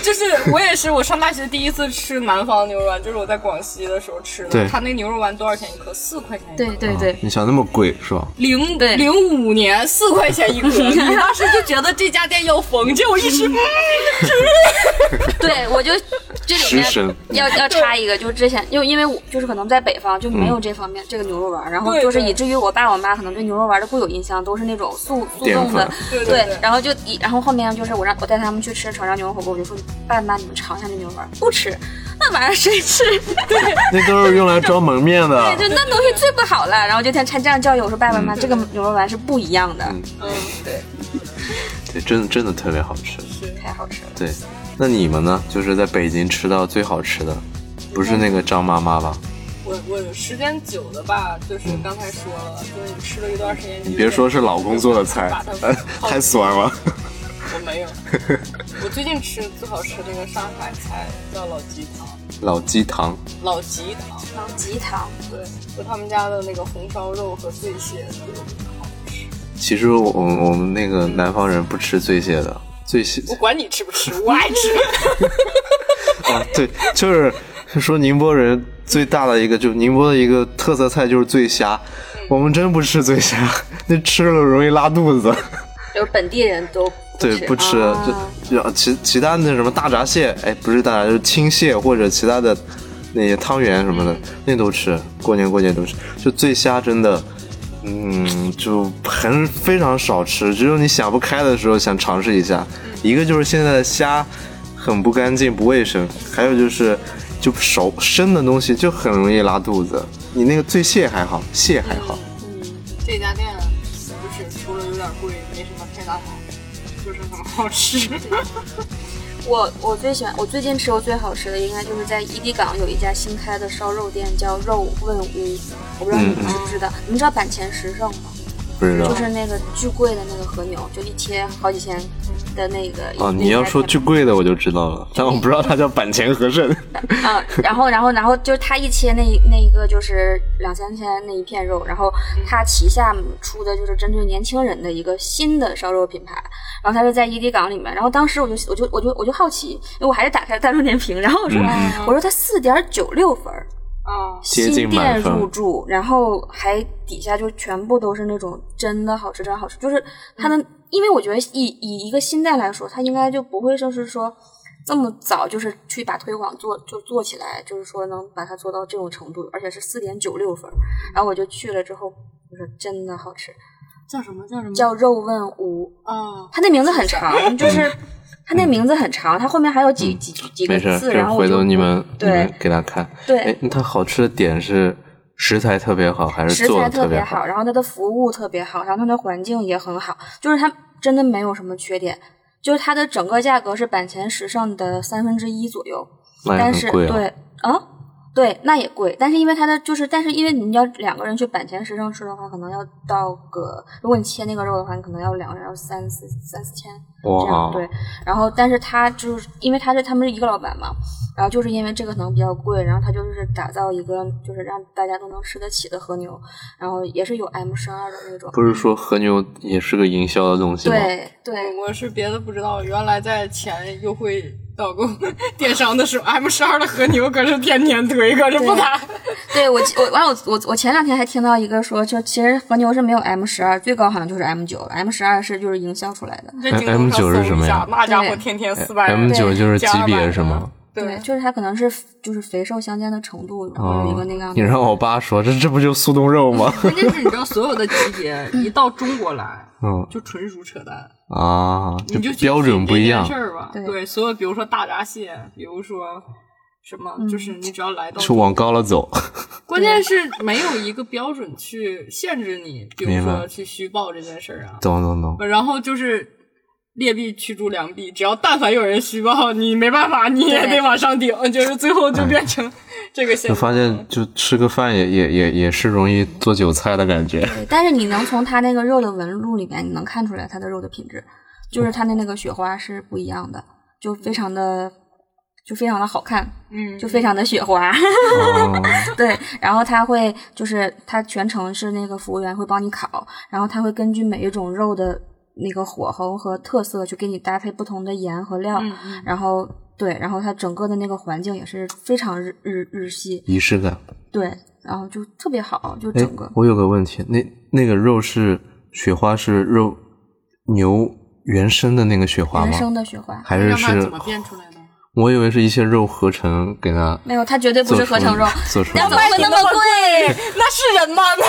S2: 就是我也是，我上大学第一次吃南方牛肉丸，就是我在广西的时候吃的
S1: 对。
S2: 他那牛肉丸多少钱一颗？四块钱一颗。
S3: 对对对。
S1: 你想那么贵是吧？
S2: 零
S3: 对
S2: 零五年四块钱一颗，你当时就觉得这家店要疯，结果一吃，嗯
S3: 对，我就这里
S1: 食神
S3: 面要要插一个，就是之前就因为我就是可能在北方就没有这方面、这个牛肉丸儿，然后
S2: 对
S3: 就是
S2: 对
S3: 以至于我爸我妈可能对牛肉丸儿的固有印象都是那种速速
S1: 淀
S3: 冻的
S1: 粉，
S2: 对对对
S3: 然后就以然后后面就是我让我带他们去吃潮汕牛肉火锅，我就说爸妈你们尝一下这牛肉丸儿，不吃，那玩意儿谁吃？对，
S1: 那都是用来装门面的。
S3: 就那东西最不好了。然后就天他这样教育我说爸爸妈妈、
S1: 嗯
S3: 这个牛肉丸儿是不一样的，
S2: 嗯，对，
S1: 对，真的真的特别好吃。
S3: 太好吃了。
S1: 对，那你们呢？就是在北京吃到最好吃的，不是那个张妈妈吧？
S2: 我我时间久了吧，就是刚才说了，就是你吃了一段时间，
S1: 你别说是老公做的菜
S2: 把 它，
S1: 呃太酸 了。
S2: 我没有， 我最近吃最好吃那个上海菜叫老吉堂，
S1: 老鸡汤，
S2: 老吉堂，
S3: 老吉汤，
S2: 对，就他们家的那个红烧肉和醉蟹特别好吃。
S1: 其实我我我们那个南方人不吃醉蟹的，醉蟹
S2: 我管你吃不吃，我爱 吃。
S1: 啊，对，就是说宁波人最大的一个，就是宁波的一个特色菜就是醉虾，我们真不吃醉虾，那吃了容易拉肚子。
S3: 就是本地人都
S1: 对，不吃，
S3: 啊
S1: 就就其其他那什么大闸蟹，哎，不是大闸，就是青蟹或者其他的
S3: 嗯
S1: 那些汤圆什么的，那都吃，过年过节都吃。就醉虾真的嗯，就很非常少吃，只有你想不开的时候想尝试一下。
S3: 嗯
S1: 一个就是现在的虾很不干净、不卫生，还有就是就熟生的东西就很容易拉肚子。你那个醉蟹还好，蟹还好，
S2: 嗯，这家店就是除了有点贵，没什么太大好，就是很好吃。
S3: 我我最喜欢，我最近吃过最好吃的，应该就是在伊地港有一家新开的烧肉店，叫肉问屋。我不知道你
S1: 嗯
S3: 们知不知道，你们知道板前时盛吗？
S1: 不知道
S3: 就。是那个巨贵的那个和牛，就一切好几千的那个。
S1: 哦，你要说巨贵的我就知道了，但我不知道它叫板前和盛。
S3: 啊，然后然后然后就是他一切那一那一个就是两三千那一片肉，然后他旗下出的就是针对年轻人的一个新的烧肉品牌，然后他是在伊迪港里面，然后当时我就我就我就我就好奇，因为我还是打开了大众点评，然后我说、我说他四点九六分儿，
S2: 啊，
S1: 接近
S3: 新店
S1: 满分
S3: 入驻，然后还底下就全部都是那种真的好吃，真的好吃，就是它
S1: 嗯
S3: 能，因为我觉得以以一个新店来说，它应该就不会就是说这么早就是去把推广做就做起来，就是说能把它做到这种程度，而且是四点九六
S1: 嗯
S3: 分儿，然后我就去了之后，我说真的好吃，
S2: 叫什么叫什么
S3: 叫肉问屋，
S2: 啊？
S3: 它那名字很
S1: 嗯
S3: 长，就是它那名字很长，它后面还有几几几
S1: 没
S3: 个
S1: 事儿，
S3: 字，
S1: 这
S3: 然后我
S1: 回
S3: 就
S1: 头你们你
S3: 对
S1: 们给他看。
S3: 对
S1: 哎，它好吃的点是食材特别好，还是
S3: 食
S1: 做
S3: 材
S1: 的
S3: 特
S1: 别
S3: 别好，？然后它的服务特别好，然后它的环境也很好，就是它真的没有什么缺点，就是它的整个价格是板前时尚的三分之一左右，
S1: 那也
S3: 但
S1: 很
S3: 是
S1: 贵啊。
S3: 对啊。对，那也贵，但是因为它的就是，但是因为你要两个人去板前时尚吃的话，可能要到个，如果你切那个肉的话，你可能要两个人要三四三四千，这样
S1: 哇，
S3: 对，然后但是他就是因为他是他们是一个老板嘛，然后就是因为这个可能比较贵，然后他就是打造一个就是让大家都能吃得起的和牛，然后也是有 M 十二的那种，
S1: 不是说和牛也是个营销的东西吗？
S3: 对对，
S2: 我是别的不知道，原来在前优惠导购电商的时 候，M 十二的和牛可是天天推，可是不打。
S3: 对我记我完了我我我前两天还听到一个说，就其实和牛是没有 M 十二，最高好像就是 M 九，M 十二是就是营销出来的，
S2: 这京东
S1: M9
S2: 上搜
S1: 哎是什么
S2: 一下
S1: 呀
S2: 那家伙
S3: 对
S2: 天天四百
S1: ，M 九就是级
S2: 加200
S1: 别是吗？
S3: 对，
S2: 对，
S3: 就是它可能是就是肥瘦相间的程度，然后有一个那个样
S1: 啊哦你
S3: 子。
S1: 让我爸说，这这不就速冻肉 吗？
S2: 关键是你知道，所有的级别一到中国来，
S1: 嗯
S2: 就纯属扯淡，
S1: 啊，
S2: 你就
S1: 这标准不一样
S2: 事。儿吧？
S3: 对
S2: 对，所有比如说大闸蟹，比如说什么，就是你只要来到
S1: 就往高了走，
S2: 关键是没有一个标准去限制你，比如
S1: 明白
S2: 说去虚报这件事儿啊。
S1: 懂懂懂。
S2: 然后就是劣币驱逐良币，只要但凡有人虚报，你没办法，你也
S3: 对嗯
S2: 得往上顶，就是最后就变成这个 现
S1: 就嗯
S2: 象。
S1: 发现，就吃个饭也也也也是容易做韭菜的感觉。
S3: 对但是你能从它那个肉的纹路里面，你能看出来它的肉的品质，就是它的那个雪花是不一样的，就非常的，就非常的好看，
S2: 嗯，
S3: 就非常的 雪花。
S1: 哦
S3: 对，然后它会就是它全程是那个服务员会帮你烤，然后它会根据每一种肉的那个火候和特色去给你搭配不同的盐和料，
S2: 嗯嗯
S3: 然后对，然后它整个的那个环境也是非常日日日系，
S1: 仪式感。
S3: 对，然后就特别好，就
S1: 哎
S3: 整个，
S1: 我有个问题，那那个肉是雪花是肉牛原生的那个雪花
S3: 原
S1: 吗？
S3: 生的雪花。
S1: 还是
S2: 让它
S1: 是
S2: 怎么？变出来的？
S1: 我以为是一些肉合成给它
S3: 没有，它绝对不
S1: 做
S3: 是
S1: 出
S3: 合成肉，
S1: 做出
S3: 要
S1: 来
S3: 不
S1: 的。
S3: 会那么贵？
S2: 那是人吗？那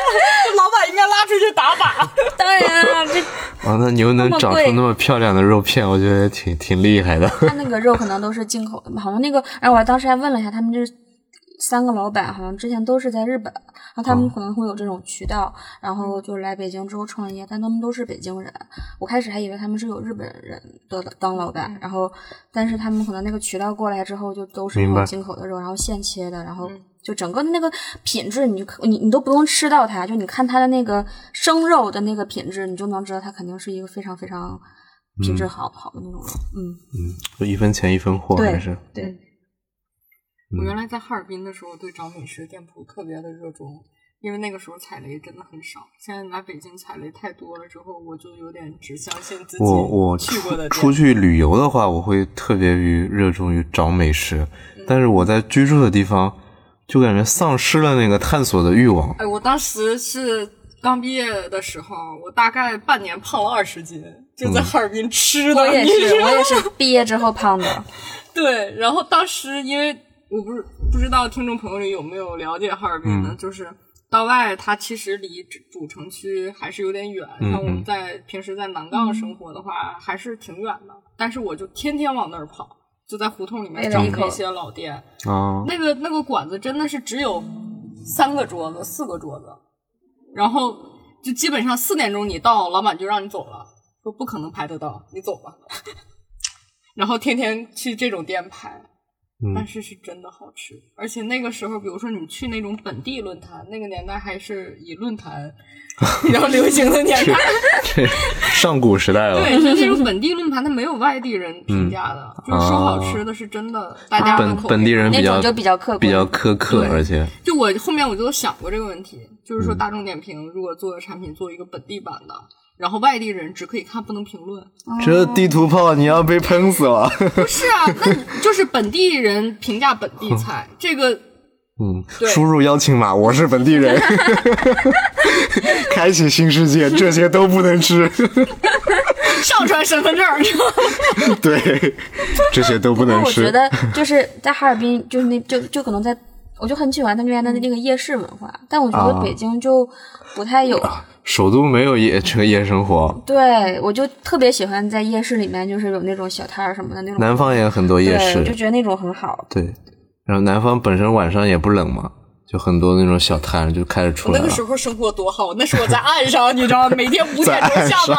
S2: 老板应该拉出去打靶。
S3: 当然啊，这
S1: 啊，那牛能
S3: 那么
S1: 长出
S3: 贵
S1: 那么漂亮的肉片，我觉得也挺挺厉害的。
S3: 它那个肉可能都是进口的，好像那个，然后我当时还问了一下，他们这三个老板好像之前都是在日本，然后他们可能会有这种渠道，然后就来北京之后创业，但他们都是北京人。我开始还以为他们是有日本人的当老板，然后但是他们可能那个渠道过来之后，就都是
S1: 明
S3: 那
S1: 白
S3: 种进口的肉，然后现切的，然后就整个的那个品质，你就可你你都不用吃到它，就你看它的那个生肉的那个品质，你就能知道它肯定是一个非常非常品质好、好的那种肉，嗯。
S1: 一分钱一分货，
S3: 对
S1: 还是
S3: 对，
S1: 嗯
S2: 我原来在哈尔滨的时候，对找美食店铺特别的热衷，因为那个时候踩雷真的很少。现在来北京踩雷太多了之后，我就有点只相信自己
S1: 我我
S2: 去
S1: 出
S2: 过的
S1: 出
S2: 店。
S1: 去旅游的话，我会特别于热衷于找美食，但是我在居住的地方，就感觉丧失了那个探索的欲望。
S2: 哎，我当时是刚毕业的时候，我大概半年胖了二十斤，就
S1: 嗯
S2: 在哈尔滨吃的。
S3: 我也
S2: 你 知
S3: 是，
S2: 道
S3: 我也是毕业之后胖的。
S2: 对，然
S1: 嗯
S2: 后当时因为我不是不知道听众朋友里有没有了解哈尔滨的，就是到外它其实离主城区还是有点远。
S1: 嗯
S2: 像我们在平时在南
S3: 嗯
S2: 杠生活的话，还是挺远的。但是我就天天往那儿跑，就在胡同里面
S3: 为了
S2: 找
S3: 一口
S2: 那些老店。
S3: 嗯
S1: 啊，
S2: 那个那个馆子真的是只有三个桌子、四个桌子，然后就基本上四点钟你到，老板就让你走了，说不可能排得到，你走吧。 然后天天去这种店排，但
S1: 嗯
S2: 是是真的好吃。而且那个时候，比如说你去那种本地论坛，那个年代还是以 论坛比较流行的年代，
S1: 这上古时 代了，
S2: 对，是那种本地论坛，它没有外地人评价的，就是说好吃的是真的，大家
S1: 嗯
S2: 的
S1: 哦本
S2: 口
S1: 本
S2: 味
S1: 地人比
S3: 那
S1: 较
S3: 种就比较客观
S1: 比较苛刻，
S2: 对
S1: 而且
S2: 就我后面我就想过这个问题，就是说大众点评如果做产品做一个本地版的，然后外地人只可以看不能评论，
S4: 这地图炮你要被喷死了。
S2: 不是啊，那你就是本地人评价本地菜，这个
S1: 嗯，
S2: 对
S4: 输入邀请码，我是本地人， 开启新世界，这些都不能吃，
S2: 上传身份证儿，
S4: 对，这些都不
S3: 但
S4: 能
S3: 我
S4: 吃
S3: 觉。得就是在哈尔滨，就是那就就可能在，我就很喜欢他那边的那个夜市文化，但我觉得
S1: 啊
S3: 北京就不太有。
S1: 首都没有夜这个夜生活，
S3: 对，我就特别喜欢在夜市里面，就是有那种小摊儿什么的那种。
S1: 南方也有很多夜
S3: 对，我就
S1: 市，
S3: 觉得那种很好。
S1: 对，然后南方本身晚上也不冷嘛，就很多那种小摊就开始出
S2: 那
S1: 来
S2: 个
S1: 了
S2: 时。候生活多好，那是我在岸上，你知道吗？每天五点钟下班，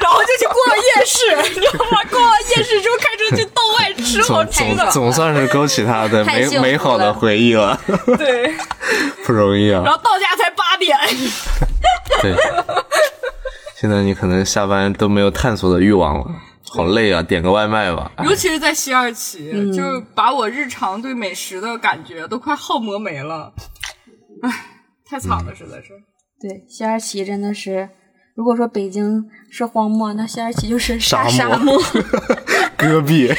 S2: 然后就去逛夜市，你知道吗？逛完夜市之后开车去道外吃好
S1: 总
S2: 吃
S1: 总
S2: 的，
S1: 总算是勾起他的
S3: 太幸福
S1: 美
S3: 了
S1: 美好的回忆了，
S2: 对，
S1: 不容易啊
S2: 然。后到家才八点，
S1: 对，现在你可能下班都没有探索的欲望了，好累啊，点个外卖吧。
S2: 尤其是在西二旗，就是把我日常对美食的感觉都快耗磨没了，唉，太惨了，实在是。
S3: 对，西二旗真的是，如果说北京是荒漠，那西二旗就是大
S4: 沙
S3: 沙
S4: 漠
S3: 漠。
S4: 戈壁，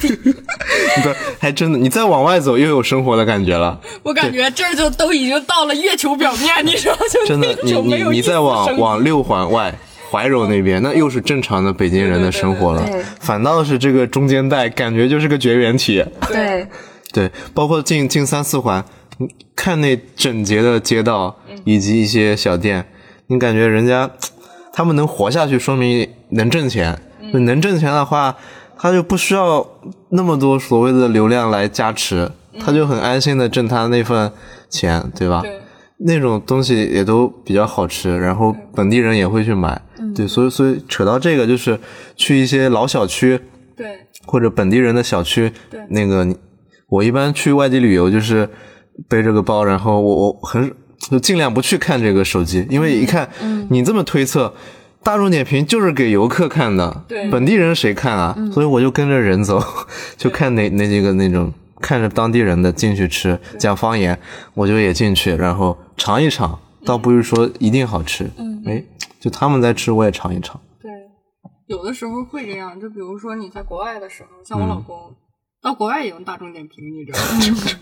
S1: 对，还真的，你再往外走又有生活的感觉了。
S2: 我感觉这儿就都已经到了月球表面， 你知道就
S1: 真的，
S2: 那
S1: 你
S2: 种没
S1: 你
S2: 有
S1: 你
S2: 意思
S1: 再往
S2: 生
S1: 往六环外。怀柔那边，那又是正常的北京人的生活了
S3: 对对对对，
S1: 反倒是这个中间带，感觉就是个绝缘体。
S3: 对，
S1: 对，包括进进三四环，你看那整洁的街道以及一些小店，你感觉人家他们能活下去，说明能挣钱。能挣钱的话，他就不需要那么多所谓的流量来加持，他就很安心的挣他那份钱，对吧？
S2: 对
S1: 那种东西也都比较好吃，然后本地人也会去买，对，所以所以扯到这个就是去一些老小区，
S2: 对
S1: 或者本地人的小区
S2: 对，
S1: 那个你我一般去外地旅游就是背着个包，然后我我很就尽量不去看这个手机，因
S2: 嗯
S1: 为一看、你这么推测。大众点评就是给游客看的，
S2: 对嗯
S1: 本地人谁看啊？所以我就跟着人走，就看哪哪几个那种看着当地人的进去吃，讲方言，我就也进去，然后尝一尝，倒不是说一定好吃，嗯，哎，就他们在吃，我也尝一 尝，
S2: 对，有的时候会这样，就比如说你在国外的时候，像
S1: 嗯
S2: 我老公。到国外也用大众点评，你知道吗？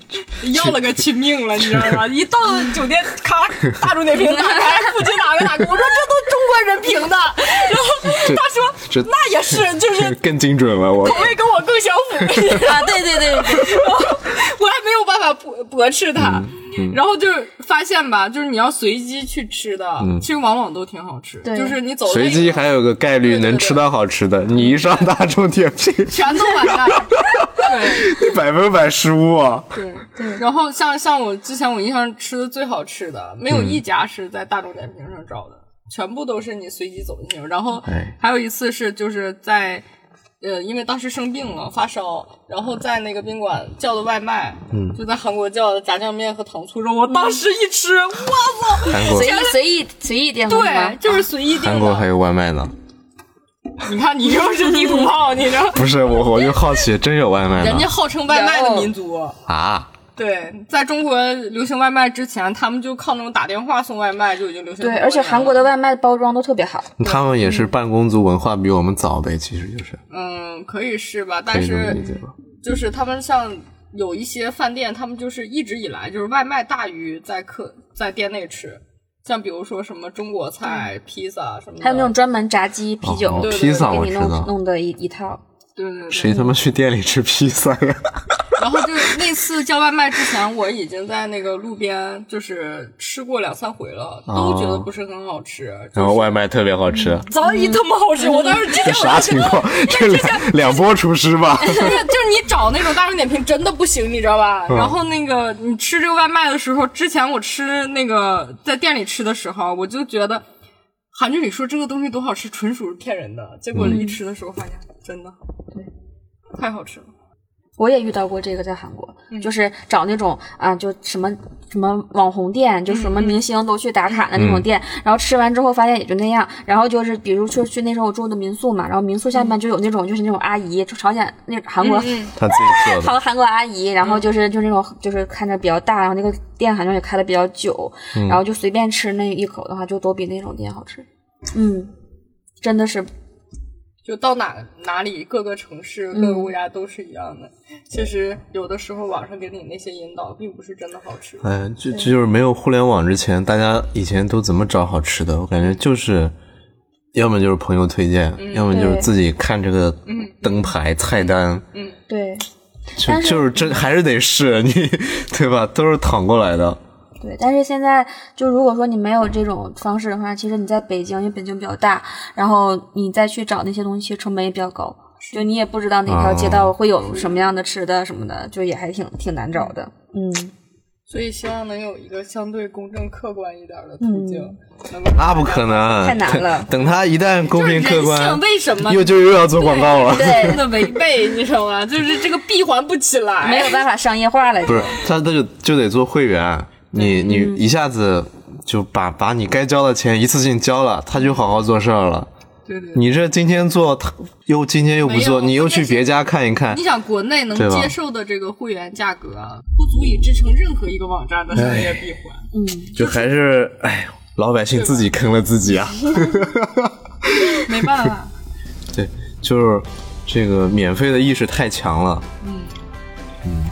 S2: 要了个亲命了，你知道吗？一到酒店，咔，大众点评打开，附近哪个哪个，我说这都中国人评的，然后他说
S1: 这
S2: 那也是，就是
S4: 更精准了。我
S2: 口味跟我更相符。
S3: 啊，对对对对，
S2: 我还没有办法驳驳斥他。
S1: 嗯
S2: 然后就是发现吧，就是你要随机去吃的，其实往往都挺好吃。
S3: 对
S2: 就是你走累
S1: 嗯随机
S2: 了
S1: 还有个概率
S2: 对对
S1: 能
S2: 对
S1: 吃到好吃的，
S4: 你一上大众点评，
S2: 全都完蛋。对
S4: 百分百失误啊！
S2: 对对。然后像像我之前我印象吃的最好吃的，没有一家是在大众点评上找的，全部都是你随机走进去。然后
S1: 哎
S2: 还有一次是就是在。呃，因为当时生病了，发烧，然后在那个宾馆叫的外卖，嗯，就在韩国叫的炸酱面和糖醋肉。我当时一吃，我操！
S1: 韩国
S3: 随意随意随意点
S2: 对，就是随意定
S1: 韩国还
S2: 的。
S1: 有外卖呢，
S2: 你看，你又是地图炮，你知道？
S1: 不是我，我就好奇，真有外卖呢
S2: 人家号称外卖的民族，
S1: 啊？
S2: 对，在中国流行外卖之前，他们就靠那种打电话送外卖就已经流行。
S3: 对，而且韩国的，外卖包装都特别好。
S1: 他们也是办公族文化比我们早呗，其实就是
S2: 嗯，可以是吧？
S1: 可
S2: 但
S1: 以这么
S2: 是
S1: 理解吧？
S2: 就是他们像有一些饭店，他们就是一直以来就是外卖大于在客在店内吃，像比如说什么中国菜、披萨什么的，
S3: 还有那种专门炸鸡、啤酒，
S1: 哦
S2: 对对
S1: 披萨
S3: 给
S1: 我
S3: 你
S1: 知
S3: 弄
S1: 道，
S3: 弄的一一套。
S2: 对对对嗯
S1: 谁他妈去店里吃披萨呀？
S2: 然后就是那次叫外卖之前，我已经在那个路边就是吃过两三回了，都
S1: 哦
S2: 觉得不是很好吃。
S1: 然后外卖特别好吃，
S2: 嗯
S3: 早已他妈好吃，我当时之前
S4: 这啥情况？这两两波厨师吧？
S2: 就是就是你找那种大众点评真的不行，你知道吧？然后那个你吃这个外卖的时候，之前我吃那个在店里吃的时候，我就觉得韩剧里说这个东西多好吃，纯属是骗人的。结果一吃的时候发现真的好，对，太好吃了。
S3: 我也遇到过这个，在韩国，就是找那种啊，就什么什么网红店，就什么明星都去打卡的那
S1: 嗯
S3: 种店，然后吃完之后发现也就那样，然后就是比如说去那时候我住的民宿嘛，然后民宿下面就有那种就是那种阿姨，就朝鲜那韩国
S2: 嗯
S1: 他自己做的。
S3: 韩韩国阿姨，然后就是就那种就是看着比较大，然后那个店好像也开的比较久，
S1: 嗯
S3: 然后就随便吃那一口的话，就都比那种店好吃。嗯，真的是
S2: 就到哪哪里，各个城市、各个国家都是一样的。其实有的时候网上给你那些引导，并不是真的好吃。
S1: 哎，就这就是没有互联网之前，大家以前都怎么找好吃的？我感觉就是，要么就是朋友推荐，
S2: 嗯
S1: 要么就是
S3: 对
S1: 自己看这个灯牌菜单，
S3: 对
S1: 就
S3: 但是
S1: 就是真还是得试 你，对吧？都是躺过来
S2: 嗯
S1: 的。
S3: 对，但是现在就如果说你没有这种方式的话，其实你在北京，因为北京比较大，然后你再去找那些东西，其实成本也比较高。就你也不知道哪条
S1: 啊
S3: 街道会有什么样的吃的什么的，就也还挺挺难找的。嗯，
S2: 所以希望能有一个相对公正、客观一点的途径，能够
S1: 那不可能，
S3: 太难了
S1: 等他一旦公平客
S2: 就是人性
S1: 观，
S2: 为什么
S1: 又就又要做广告了。
S3: 对
S2: 真的违背，你知道 吗？就是这个闭环不起来，
S3: 没有办法商业化了。
S1: 不是，他他就就得做会员，啊你你
S2: 嗯
S1: 一下子就把把你该交的钱一次性交了，他就好好做事儿了。
S2: 对对对。
S1: 你这今天做，他又今天又不做，
S2: 没有
S1: 你又
S2: 关键
S1: 去
S2: 是
S1: 别家看一看
S2: 你，想国内能
S1: 对吧
S2: 接受的这个会员价格啊，不足以支撑任何一个网站的商业闭环。
S1: 就还是哎，老百姓自己坑了自己啊。
S2: 没办法，
S1: 对，就是这个免费的意识太强了。嗯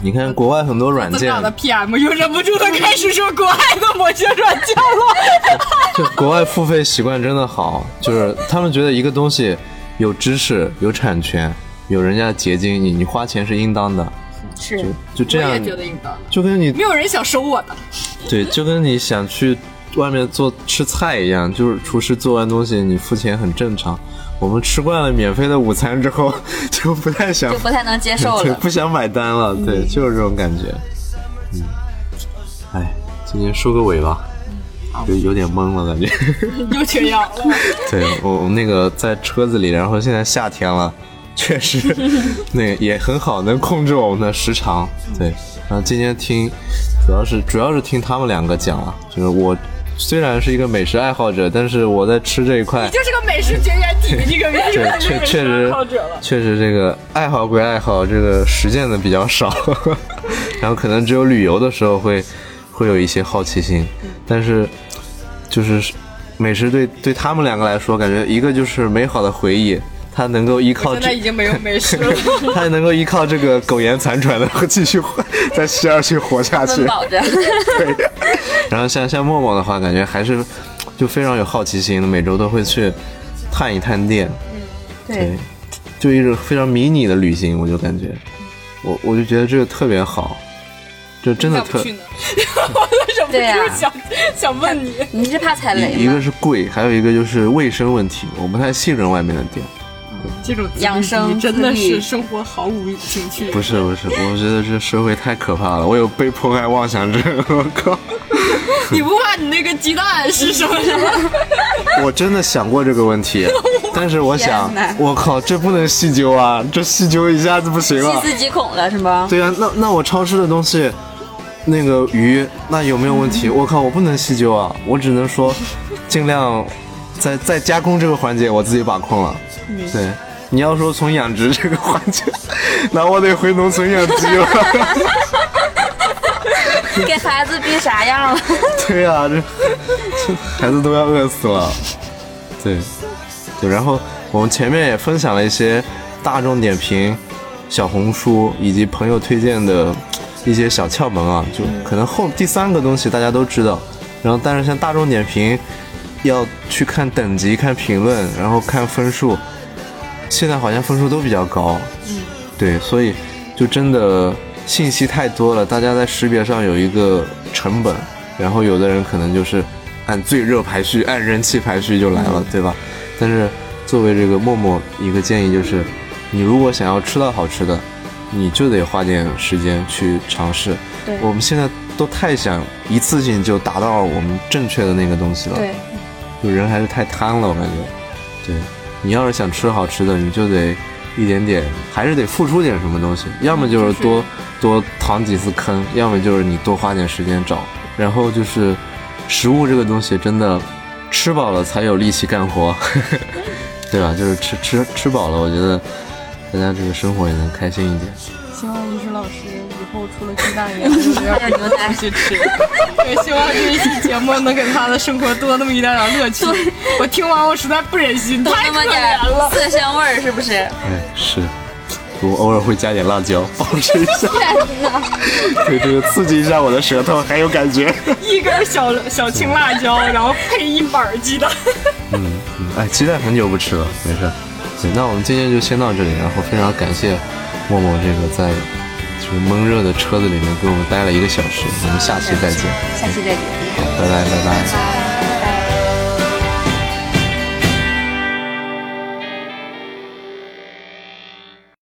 S1: 你看国外很多软
S2: 增
S1: 件，
S2: 长的 PM 又忍不住的开始说国外的某些软件了。
S1: 就国外付费习惯真的好，就是他们觉得一个东西有知识、有产权、有人家结晶，你你花钱是应当的，
S3: 是
S1: 就就这
S2: 我
S1: 样
S2: 也，觉得应当，
S1: 就跟你
S2: 没有人想收我的。
S1: 对，就跟你想去外面做吃菜一样，就是厨师做完东西你付钱很正常。我们吃惯了免费的午餐之后， 就不太想
S3: 就不太能接受
S1: 对，
S3: 了。
S1: 不想买单了，
S2: 嗯
S1: 对，就是这种感觉。嗯，哎，今天收个尾吧，
S2: 嗯
S1: 有有点懵了感觉。
S2: 又缺氧了，
S1: 对我我那个在车子里，然后现在夏天了，确实那也很好，能控制我们的时长。对，然后今天听，主要是主要是听他们两个讲了，就是我虽然是一个美食爱好者，但是我在吃这一块。
S2: 就是个美食绝缘体，你可别 以
S1: 对
S2: 为，
S1: 确
S2: 美
S1: 确
S2: 食爱
S1: 实
S2: 好者了。
S1: 确实这个爱好归爱好，这个实践的比较 少，然后可能只有旅游的时候会会有一些好奇心，但是就是美食对对他们两个来说，感觉一个就是美好的回忆，他能够依靠
S2: 现在
S1: 这
S2: 已。经没有美食了，
S1: 他能够依靠这个苟延残喘的继续活，
S4: 在西二区活下去
S3: 温，饱着，
S1: 然后像像默默的话，感觉还是就非常有好奇心的，每周都会去探一探店，对
S3: 对，，
S1: 就一种非常迷你的旅行，我就感觉，我我就觉得这个特别好，这真的
S2: 下不
S1: 特
S2: 去呢。 我忍不
S3: 对呀
S2: 住想 想问你，
S3: 你是怕踩雷
S1: 一一个
S3: 吗？
S1: 是贵，还有一个就是卫生问题，我不太信任外面的店。
S2: 这种自律
S3: 养生
S2: 真的
S3: 自律
S2: 是生活毫无情趣。
S1: 不是不是，我觉得这社会太可怕了，我有被迫害妄想症， 我靠！
S2: 你不怕你那个鸡蛋是什么什么？
S1: 我真的想过这个问题，但是我想
S3: 天哪，
S1: 我靠，这不能细究啊，这细究一下子不行
S3: 细
S1: 啊。
S3: 思极恐了是吗？
S1: 对啊，那那我超市的东西，那个鱼，那有没有问题？我靠，我不能细究啊，我只能说，尽量在在加工这个环节我自己把控了。对，你要说从养殖这个环节， 那我得回农村养鸡了。
S3: 给孩子逼啥样了？
S1: 对啊，这这孩子都要饿死了。对，对，然后我们前面也分享了一些大众点评、小红书以及朋友推荐的一些小窍门啊，就可能后第三个东西大家都知道，然后但是像大众点评要去看等级、看评论，然后看分数，现在好像分数都比较高，嗯，对，所以就真的信息太多了，大家在识别上有一个成本，然后有的人可能就是按最热排序，按人气排序就来了，对吧？但是作为这个陌陌一个建议就是，你如果想要吃到好吃的，你就得花点时间去尝试。
S2: 对
S1: 我们现在都太想一次性就达到我们正确的那个东西了，
S2: 对，
S1: 就人还是太贪了，我感觉。对，你要是想吃好吃的，你就得一点点，还是得付出点什么东西，要么嗯就是多、多趟几次坑，要么就是你多花点时间找。然后就是，食物这个东西真的，吃饱了才有力气干活， 对吧？就是吃吃吃饱了，我觉得大家这个生活也能开心一点。
S2: 希望历史老师以后除了鸡蛋以外，不要让你们再去吃。对，希望这一期节目能给他的生活多那么一点点乐趣。我听完我实在不忍心，
S3: 多
S2: 太
S3: 那
S2: 可
S3: 么
S2: 怜
S3: 点
S2: 了。
S3: 儿色香味儿是不是？
S1: 哎，是，我偶尔会加点辣椒，保持一 下，
S4: 对这个刺激一下我的舌头，还有感觉。
S2: 一根小小青辣椒，然后配一板儿鸡蛋。
S1: 嗯哎，鸡蛋很久不吃了，没事儿。对，那我们今天就先到这里，然后非常感谢默默这个在就是闷热的车子里面给我们待了一个小时，我们下期再见，
S3: 下期再见。
S1: 拜拜拜拜。
S3: 拜拜